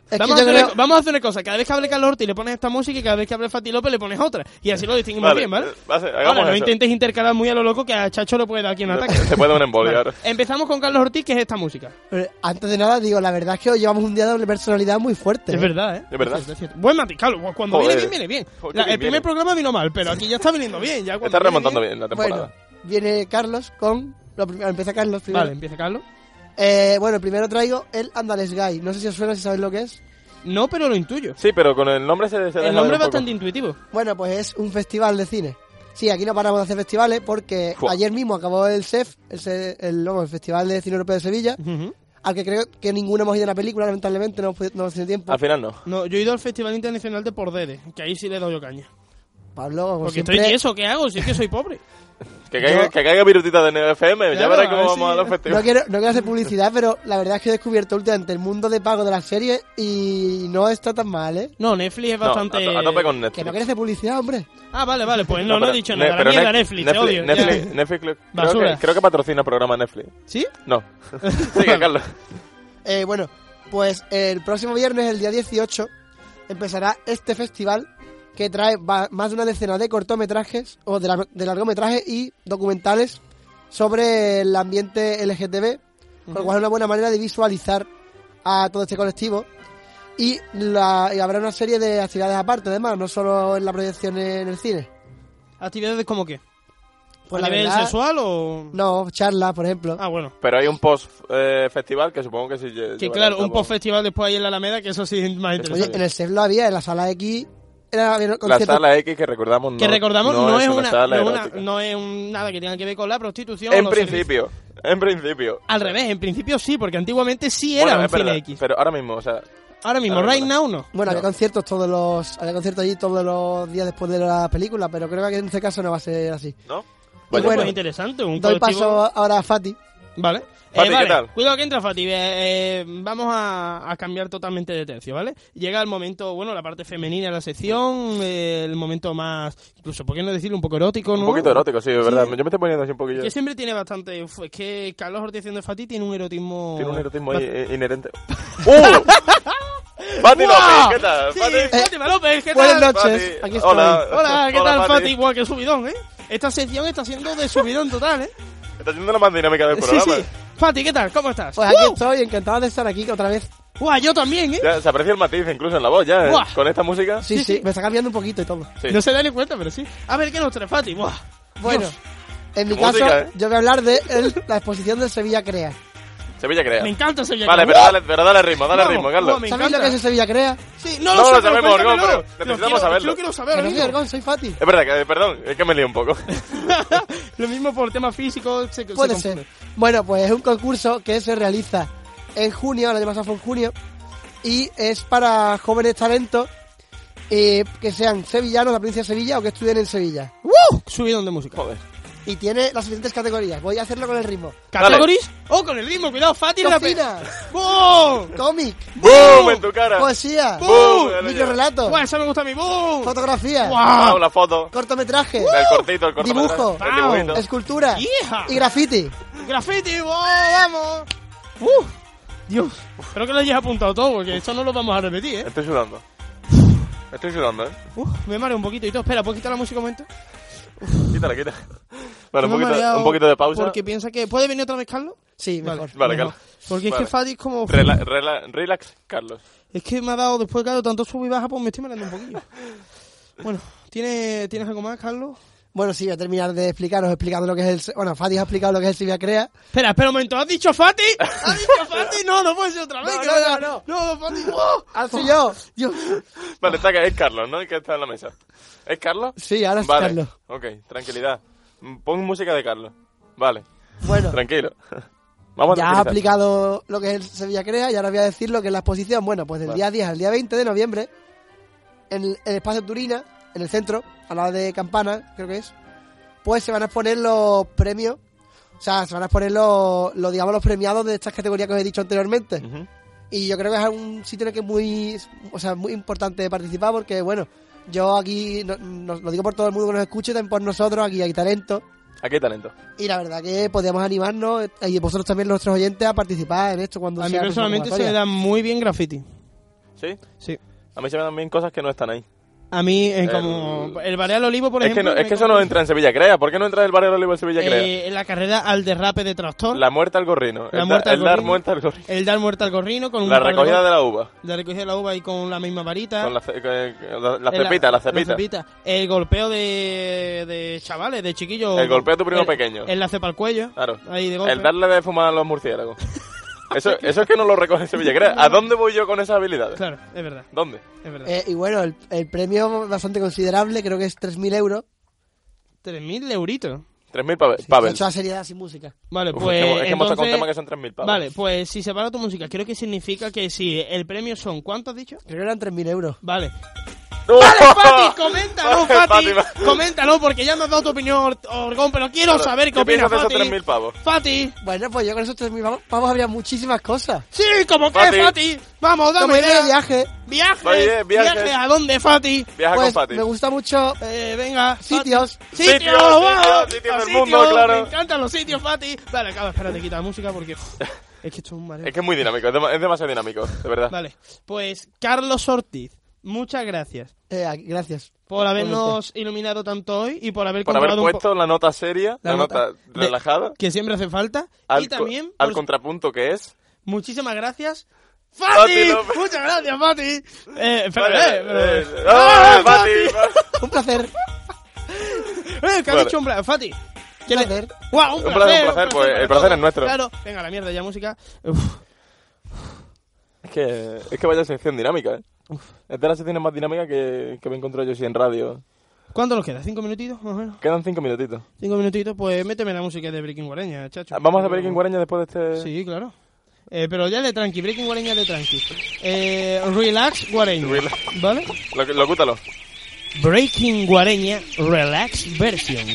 Q: que
A: vamos,
Q: yo
A: a hacer una,
Q: creo-
A: vamos a hacer una cosa. Cada vez que hable Carlos Ortiz le pones esta música y cada vez que hable Fati López le pones otra. Y así lo distinguimos
B: Vale,
A: bien, ¿vale?
B: va a ser- hagamos
A: Ahora, no
B: eso.
A: intentes intercalar muy a lo loco que a Chacho le puede dar aquí un ataque.
B: Se puede dar un embolio ahora.
A: Empezamos con Carlos Ortiz, que es esta música.
Q: Pero Eh, antes de nada, digo, la verdad es que hoy llevamos un día de personalidad muy fuerte.
A: Es verdad, ¿eh?
B: Es verdad.
A: Es cierto. Buen matiz, Carlos. Cuando
B: Joder.
A: viene bien, viene bien.
B: Joder,
A: La-
B: qué bien
A: el primer
B: viene.
A: programa vino mal, pero aquí ya está viniendo bien. Ya cuando
B: Está
A: viene
B: remontando bien la temporada.
Q: Bueno, viene Carlos con... lo primero- empieza Carlos primero.
A: Vale, empieza Carlos.
Q: Eh, bueno, primero traigo el Andales Guy. No sé si os suena, si sabéis lo que es.
A: No, pero lo intuyo.
B: Sí, pero con el nombre se, se deja
A: El
B: ver
A: nombre
B: un
A: es
B: poco.
A: bastante intuitivo.
Q: Bueno, pues es un festival de cine. Sí, aquí no paramos de hacer festivales porque
B: Fua.
Q: ayer mismo acabó el CEF, el, se- el- vamos, el Festival de Cine Europeo de Sevilla, al que creo que ninguno hemos ido a la película, lamentablemente no hemos, podido- no hemos tenido tiempo.
B: Al final no.
A: No, yo he ido al Festival Internacional de Pordede, que ahí sí le doy yo caña.
Q: Pablo, como
A: Porque
Q: siempre,
A: estoy tieso, ¿qué hago? Si es que soy pobre.
B: Que caiga, que caiga virutita de Neo FM, ya
A: Claro,
B: verás
A: a
B: cómo
A: ver
B: vamos
A: si-
B: a los
Q: no
B: festivales.
Q: quiero, no quiero hacer publicidad, pero la verdad es que he descubierto últimamente el mundo de pago de las series y no está tan mal, ¿eh?
A: No, Netflix es
B: No,
A: bastante.
B: a to- a tope con Netflix.
Q: Que no quieres hacer publicidad, hombre.
A: Ah, vale, vale, pues no, no, he
B: pero-
A: dicho
B: ne-
A: nada.
B: pero
A: la mierda
B: Net-
A: Netflix, te
B: Netflix-
A: odio.
B: Netflix,
A: ya.
B: Netflix creo- creo,
A: Basura.
B: que, creo que patrocina el programa Netflix.
A: ¿Sí?
B: No. Sigue, Carlos.
Q: Eh, bueno, pues el próximo viernes, el día 18, empezará este festival que trae va- más de una decena de cortometrajes o de, lar- de largometrajes y documentales sobre el ambiente LGTB, con lo cual es una buena manera de visualizar a todo este colectivo. Y, la- y habrá una serie de actividades aparte, además, no solo en la proyección en el cine.
A: ¿Actividades como qué?
Q: Pues
A: ¿A
Q: la
A: nivel
Q: verdad-
A: sexual o.?
Q: No, charlas, por ejemplo.
A: Ah, bueno.
B: Pero hay un post-festival que supongo que sí. lle-
A: Que
B: llevará
A: claro,
B: a cabo.
A: un post-festival después ahí en la Alameda, que eso sí es más
Q: Oye,
A: interesante.
Q: en el CEF lo había, en la sala X. Era, había
B: La
Q: conciertos-
B: sala X que recordamos no,
A: que recordamos no, es una,
B: sala
A: no es una-
B: erótica.
A: no es un- nada que tenga que ver con la prostitución.
B: En
A: los
B: principio, en principio.
A: Al revés, en principio sí, porque antiguamente sí
B: Bueno,
A: era un
B: es verdad,
A: cine X.
B: Pero ahora mismo, o sea,
A: Ahora mismo, right now no.
Q: Bueno, había
A: No.
Q: conciertos todos los. Había conciertos allí todos los días después de la película, pero creo que en este caso no va a ser así.
B: ¿No?
A: Oye, pues interesante, un
Q: doy
A: colectivo-
Q: paso ahora a Fati.
A: Vale.
Q: Fati,
A: Eh,
Q: ¿qué
A: vale,
Q: tal?
A: cuidado que entra Fati. eh, eh, vamos a, a cambiar totalmente de tercio, ¿vale? Llega el momento, bueno, la parte femenina de la sección, eh, el momento más, incluso, ¿por qué no decirlo? Un poco erótico, ¿no?
B: Un poquito erótico, sí, es verdad. Yo me estoy poniendo así un poquillo.
A: Que siempre tiene bastante... uf, Es que Carlos Ortiz de Fati tiene un erotismo...
B: Tiene un erotismo
A: bast-
B: ahí, eh, inherente. ¡Uh! ¡Fati López! ¿Qué tal?
A: Sí,
B: Fati.
A: Fati López, ¿qué
B: Buenas
A: tal?
B: noches,
A: Fati.
B: aquí estoy. Hola.
A: Hola, ¿qué
B: Hola,
A: tal,
B: Fati?
A: Fati? Igual que subidón, ¿eh? Esta sección está siendo de subidón total, ¿eh?
B: Está siendo la más dinámica del
A: Sí,
B: programa.
A: sí. Fati, ¿qué tal? ¿Cómo estás?
Q: Pues aquí estoy, encantado de estar aquí otra vez.
A: ¡Guau, yo también, eh!
B: Ya, se aprecia el matiz incluso en la voz, ya. ¿eh?
A: Buah.
B: Con esta música.
Q: Sí, sí, me está cambiando un poquito y todo.
B: Sí.
A: No se da ni cuenta, pero sí. A ver, ¿qué nos trae Fati? Buah.
Q: Bueno,
A: Dios.
Q: En mi
B: Música,
Q: caso,
B: ¿eh?
Q: yo voy a hablar de el- la exposición de Sevilla Crea.
B: Sevilla Crea.
A: Me encanta Sevilla
B: Vale,
A: Crea.
B: pero dale, pero dale ritmo, dale
A: Vamos,
B: ritmo, Carlos.
A: vamos, me
Q: ¿Sabéis lo que es el Sevilla Crea?
A: Sí,
B: no lo No sé, lo pero sabemos, cuéntamelo. Gorgo, pero Lo necesitamos quiero- saberlo. yo lo quiero
A: saber,
Q: Que no soy
A: amigo.
Q: Gorgón, soy Fati.
B: Es verdad, que, eh, perdón, es que me lío un poco.
A: Lo mismo por tema físico se, se
Q: Puede
A: confunde.
Q: ser. Bueno, pues es un concurso que se realiza en junio, el año pasado fue en junio, y es para jóvenes talentos eh, que sean sevillanos, de la provincia de Sevilla o que estudien en Sevilla.
A: ¡Wow! Subidón de música.
B: Joder.
Q: Y tiene las siguientes categorías. Voy a hacerlo con el ritmo.
A: ¿Categories? ¡Oh, con el ritmo! ¡Cuidado, Fati! la pe-
Q: Cocina.
A: ¡Boom!
Q: Cómic.
B: ¡Boom! En tu cara.
Q: Poesía.
B: ¡Boom!
Q: Microrelato.
A: ¡Buah, Pues eso me gusta a mí! ¡Boom!
Q: Fotografía.
B: ¡Wow! La foto.
Q: Cortometraje.
B: El cortito, el corto.
Q: Dibujo.
B: El dibujito.
Q: Escultura.
A: Yeah.
Q: Y graffiti.
A: ¡Graffiti! ¡Wow! ¡Vamos! ¡Uh! Dios, espero que lo hayas apuntado todo, porque esto no lo vamos a repetir, ¿eh?
B: Estoy sudando. Estoy sudando, ¿eh?
A: Uf, me mareo un poquito y todo. Espera, ¿puedo quitar la música un momento?
B: Quítala, quítala. Vale, un
A: Me he
B: poquito,
A: mareado
B: un poquito de pausa.
A: Porque piensa que... ¿Puede venir otra vez, Carlos?
Q: Sí,
A: mejor.
B: Vale, Carlos.
A: Porque es que
B: Vale.
A: Fadi es como...
B: Rela- rela- relax, Carlos.
A: Es que me ha dado, después, claro, tanto sub y baja, pues me estoy mareando un poquillo. bueno, ¿tienes, ¿tienes algo más, Carlos?
Q: Bueno, sí, voy a terminar de explicaros explicando lo que es el. Bueno, Fati ha explicado lo que es el Sevilla Crea.
A: Espera, espera un momento. ¿Has dicho Fati? ¿Has dicho Fati? No, no puede ser otra vez.
Q: No,
A: que
Q: no,
A: vaya-
Q: no, Ah.
A: no. Fati. ¡Oh!
Q: Así yo. Dios.
B: Vale, está, es Carlos, ¿no? El que está en la mesa. ¿Es Carlos?
Q: Sí, ahora es
B: Vale.
Q: Carlos.
B: Ok, tranquilidad. Mm, Pon música de Carlos. Vale.
Q: Bueno.
B: Tranquilo. Vamos a
Q: ya ha
B: tranquilizar.
Q: aplicado lo que es el Sevilla Crea y ahora voy a decir lo que es la exposición. Bueno, pues del
B: Vale.
Q: día 10 al día 20 de noviembre, en el, en el espacio Turina, en el centro, a la de Campana, creo que es, pues se van a exponer los premios, o sea, se van a exponer los, los, digamos, los premiados de estas categorías que os he dicho anteriormente. Y yo creo que es un sitio en el que es muy, o sea, muy importante participar porque, bueno, yo aquí, no- no- lo digo por todo el mundo que nos escuche, también por nosotros, aquí hay talento.
B: Aquí hay Ah, talento.
Q: Y la verdad que podíamos animarnos eh, y vosotros también, nuestros oyentes, a participar en esto cuando
A: A mí
Q: sea
A: personalmente se me
Q: convocatoria.
A: da muy bien graffiti.
B: ¿Sí?
A: Sí.
B: A mí se me dan bien cosas que no están ahí.
A: A mí, eh, como el Baré al Olivo, por
B: es
A: ejemplo...
B: que, no, es
A: me
B: que eso no
A: como-
B: entra en Sevilla Crea. ¿Por qué no entra el barrio del Olivo en Sevilla Crea?
A: Eh, en la carrera al derrape de tractor,
B: La muerte al gorrino.
A: La
B: el,
A: muerte
B: da-
A: al
B: el dar
A: gorrino.
B: muerte al gorrino.
A: el dar muerte al gorrino con un
B: La
A: par
B: recogida
A: go-
B: de la uva.
A: La recogida de la uva y con la misma varita.
B: Con la, ce- con la- la
A: Eh,
B: cepita, la cepita.
A: El golpeo de, de chavales, de chiquillos.
B: El golpeo a tu primo
A: El-
B: pequeño.
A: El lace para el cuello.
B: Claro.
A: Ahí de golpe.
B: El darle de fumar a los murciélagos. Eso, eso es que no lo recoge Sevilla Crea. ¿A dónde voy yo con esas habilidades?
A: Claro, es verdad.
B: ¿Dónde?
A: Es verdad.
Q: Eh, y bueno, el, el premio bastante considerable, creo que es 3.000 euros.
A: 3.000 euritos.
B: 3.000 pavel. pavel.
Q: Hecho a seriedad sin música.
A: Vale,
B: Uf,
A: pues.
B: es que hemos- es que hemos sacado un
A: entonces-
B: tema que son 3.000 pavos.
A: Vale, pues si se para tu música, creo que significa que si el premio son. ¿Cuánto has dicho?
Q: Creo que eran 3.000 euros.
A: Vale. Vale, Fati, coméntalo, Fati. Coméntalo, porque ya me has dado tu opinión, Or- Orgón, pero quiero
B: Claro,
A: saber qué
B: ¿qué
A: opina
B: piensas de esos
A: Fati.
B: 3.000 pavos?
A: Fati.
Q: Bueno, pues yo con esos 3.000 pavos, pavos habría muchísimas cosas.
A: Sí, como que,
Q: Fati.
A: Fati. Vamos,
Q: Como
A: dame
Q: ir de
A: idea.
Q: viaje.
A: Viaje,
B: Oye, eh, viaje.
A: viaje, ¿a dónde, Fati?
B: Viaja
Q: Pues,
B: con Fati.
Q: Me gusta mucho
A: eh, venga,
Q: sitios.
A: Sitios,
B: Sitios,
A: wow,
B: sitios, sitios
A: los
B: del mundo, claro.
A: Me encantan los sitios, Fati. Vale, acaba, espérate, quita la música porque uf, es que esto es un mareo.
B: Es que es muy dinámico, es, dema- es demasiado dinámico, de verdad.
A: Vale, pues Carlos Ortiz, muchas gracias
Q: Eh, aquí- gracias.
A: por habernos iluminado tanto hoy y por haber
B: Por haber
A: comprado un po-
B: puesto la nota seria,
A: La
B: la, nota,
A: nota de-
B: relajada,
A: que siempre hace falta
B: al,
A: y
B: co-
A: también pues-
B: al
A: por-
B: contrapunto que es.
A: muchísimas gracias.
B: Fati
A: ¡Fati!
B: López.
A: Muchas gracias, Fati. Eh, espérate,
B: Vale,
A: eh, pero-
B: eh, ¡ah, Fati!
Q: Un placer.
A: Eh, que ha
B: Vale.
A: dicho un placer, Fati.
Q: Un placer.
A: ¡Guau! Un
B: Un
A: placer,
B: placer, un placer, pues,
A: para
B: el placer
A: todos.
B: es nuestro.
A: Claro, venga, la mierda, ya música. Uf.
B: Es que, es que vaya sección dinámica, ¿eh? Es de las secciones más dinámicas que, que me encontré yo sí en radio.
A: ¿Cuánto nos queda? ¿Cinco minutitos? Más o menos.
B: Quedan cinco minutitos.
A: Cinco minutitos, pues méteme la música de Breaking Guareña, chacho.
B: Ah, Vamos a ver en Guareña después de este...
A: Sí, claro. Eh, pero ya de tranqui, Breaking Guareña de tranqui. Eh, relax Guareña. ¿Vale?
B: Lo, locútalo.
A: Breaking Guareña Relax Version.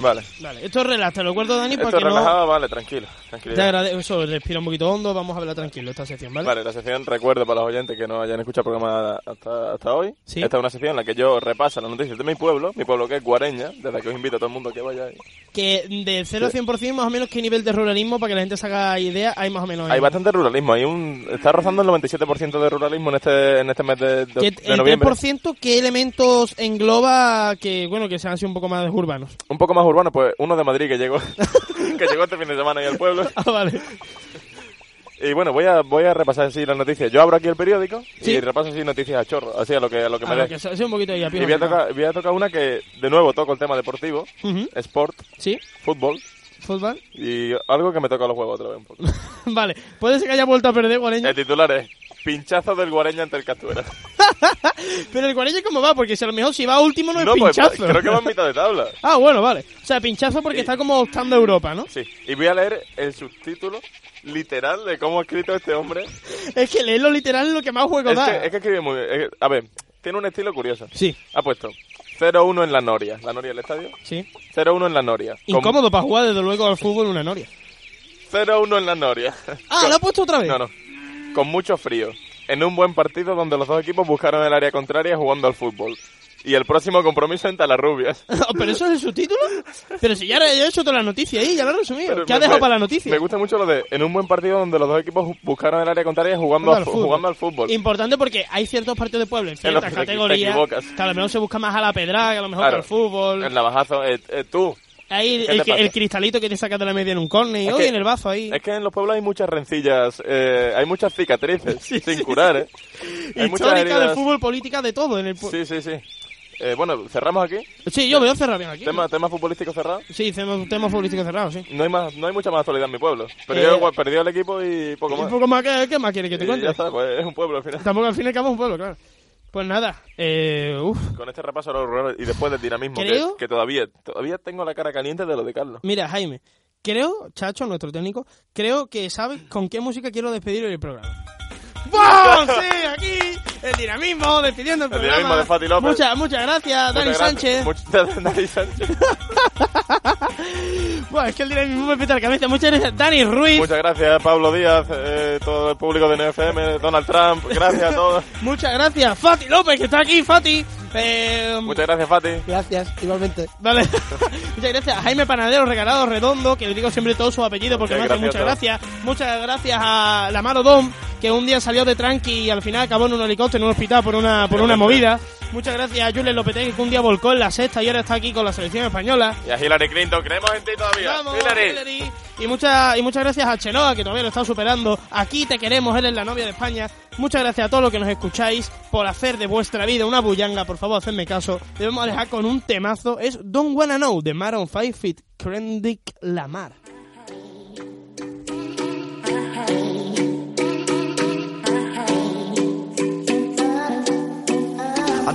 B: Vale.
A: Vale, esto es relax, te lo acuerdo, Dani,
B: Esto
A: para que
B: relajado,
A: no.
B: vale, tranquilo. tranquilidad.
A: Te agradezco, respira un poquito hondo, vamos a hablar tranquilo esta sección, ¿vale?
B: Vale, la sección, recuerdo para los oyentes que no hayan escuchado el programa hasta, hasta hoy.
A: Sí.
B: Esta es una sección en la que yo repaso las noticias de mi pueblo, mi pueblo que es Guareña, desde que os invito a todo el mundo que vaya ahí.
A: Que de 0 a 100% más o menos qué nivel de ruralismo para que la gente se haga idea, hay más o menos.
B: Hay
A: ahí.
B: bastante ruralismo, hay un, está rozando el 97% de ruralismo en este, en este mes de, de-
A: Que
B: de
A: el
B: noviembre.
A: 3% qué elementos engloba que bueno, que sean así un poco más urbanos.
B: Un poco más urbano, pues uno de Madrid que llegó, que llegó este fin de semana ahí al pueblo.
A: Ah, vale.
B: Y bueno, voy a, voy a repasar así las noticias. Yo abro aquí el periódico
A: Sí.
B: y repaso así noticias a chorro, así a lo que, a lo que
A: Ah,
B: me
A: no,
B: dé.
A: que sea- sea un poquito ahí, a
B: Y
A: pijo
B: voy a,
A: picado.
B: tocar, voy a tocar una que, de nuevo, toco el tema deportivo,
A: Ujú.
B: sport, fútbol,
A: Fútbol.
B: y algo que me toca los huevos otra vez un poco.
A: Vale, puede ser que haya vuelto a perder Guareña.
B: El titular es Pinchazo del Guareña ante el Castuera.
A: Pero el Guareña, ¿cómo va? Porque si a lo mejor si va último no es
B: No, pues,
A: pinchazo.
B: creo que va en mitad de tabla.
A: Ah, bueno, vale. O sea, pinchazo porque está como optando a Europa, ¿no?
B: Sí, y voy a leer el subtítulo literal de cómo ha escrito este hombre.
A: Es que leerlo literal es lo que más juego
B: Es
A: da.
B: que, es que escribe muy bien. Es que- a ver, tiene un estilo curioso.
A: Sí.
B: Ha puesto 0-1 en la Noria. ¿La Noria del estadio?
A: Sí.
B: 0-1 en la Noria. Con-
A: Incómodo para jugar desde luego al fútbol una noria.
B: 0-1 en la Noria.
A: Ah, lo ha puesto otra vez.
B: No, no. Con mucho frío. En un buen partido donde los dos equipos buscaron el área contraria jugando al fútbol. Y el próximo compromiso en Talarrubias.
A: Oh, ¿Pero eso es el subtítulo? Pero si ya he hecho toda la noticia ahí, ya lo he resumido.
B: Pero
A: ¿Qué ha
B: me-
A: dejado
B: me-
A: para la noticia?
B: Me gusta mucho lo de en un buen partido donde los dos equipos ju- buscaron el área contraria jugando,
A: Jugando
B: al,
A: al
B: fu-
A: fútbol.
B: jugando al fútbol.
A: Importante porque hay ciertos partidos de pueblo en
B: En los
A: ciertas
B: que te- te
A: categorías
B: equivocas.
A: que a lo mejor se busca más a la pedra, que a lo mejor
B: Claro.
A: al fútbol.
B: El navajazo, eh, eh, tú.
A: Ahí
B: ¿Qué
A: el,
B: te
A: que-
B: pasa?
A: el cristalito que te saca de la media en un córner y
B: Es
A: hoy
B: que-
A: en el bazo ahí.
B: Es que en los pueblos hay muchas rencillas, eh, hay muchas cicatrices sin curar, ¿eh? Hay muchas
A: Histórica
B: heridas.
A: del fútbol, política, de todo en el pueblo.
B: Sí, sí, sí. Eh, bueno, cerramos aquí.
A: Sí, yo veo cerrado bien aquí.
B: Tema, tema futbolístico cerrado.
A: Sí, tema, tema futbolístico cerrado, sí.
B: No hay más, no hay mucha más actualidad en mi pueblo.
A: Eh,
B: Perdió, igual, perdió el equipo y poco
A: Un
B: más.
A: poco más, ¿qué, qué más quieres que te
B: Y ya
A: cuente?
B: está, pues es un pueblo al final.
A: Tampoco al fin y al cabo es un pueblo, claro. Pues nada, eh, uf.
B: Con este repaso a los rurales y después del dinamismo, que-
A: Creo-
B: que, todavía, todavía tengo la cara caliente de lo de Carlos.
A: Mira, Jaime, creo, Chacho, nuestro técnico, creo que sabe con qué música quiero despedir el programa. ¡Vamos! Sí, aquí, el dinamismo, despidiendo el
B: El
A: programa.
B: dinamismo de Fati López.
A: Muchas, muchas gracias, Dani
B: Muchas gracias.
A: Sánchez.
B: Muchas- Dani Sánchez.
A: Buah, es que el dinamismo me peta la cabeza. Muchas gracias, Dani Ruiz.
B: Muchas gracias, Pablo Díaz, eh, todo el público de NFM, Donald Trump. Gracias a todos.
A: Muchas gracias, Fati López, que está aquí, Fati. Eh,
B: Muchas gracias, Fati.
Q: Gracias, igualmente.
A: Vale. muchas gracias a Jaime Panadero, regalado redondo, que le digo siempre todos sus apellidos porque me
B: Muchas
A: hacen muchas
B: gracias a
A: gracias. Muchas gracias a la Maro Dom, que un día salió de tranqui y al final acabó en un helicóptero, en un hospital por una, por una movida. Muchas gracias a Julen Lopetegui, que un día volcó en la sexta y ahora está aquí con la selección española.
B: Y a Hillary Clinton, creemos en ti todavía.
A: Vamos,
B: Hillary.
A: Hillary. Y, muchas y muchas gracias a Chenoa, que todavía lo está superando. Aquí te queremos, eres la novia de España. Muchas gracias a todos los que nos escucháis por hacer de vuestra vida una bullanga. Por favor, hacedme caso. Debemos dejar con un temazo. Es Don't Wanna Know de Maroon 5 Fit Kendrick Lamar.
N: I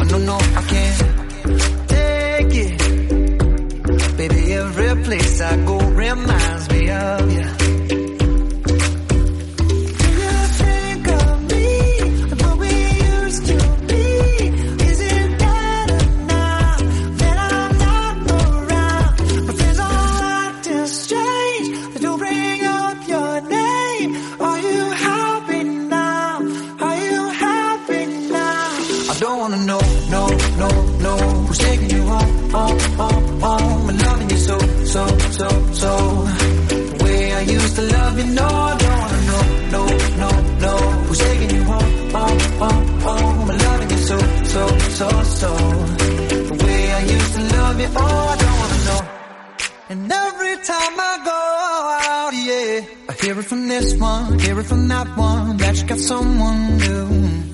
N: Oh, no, no, I can't take it. Baby, every place I go reminds me of you. Do you think of me and what we used to be? Is it bad enough that I'm not around? My friends all acting strange. They don't bring up your name. Are you happy now? Are you happy now? I don't wanna know, no, no, no. Who's taking you home, home, home, home? I'm loving you so, so, so, so. The way I used to love you, no, I don't wanna know, no, no, no. Who's taking you home, home, home, home? I'm loving you so, so, so, so. The way I used to love you, oh, I don't wanna know. And every time I go out, yeah, I hear Hear it from this one, hear it from that one, that you got someone new. oh,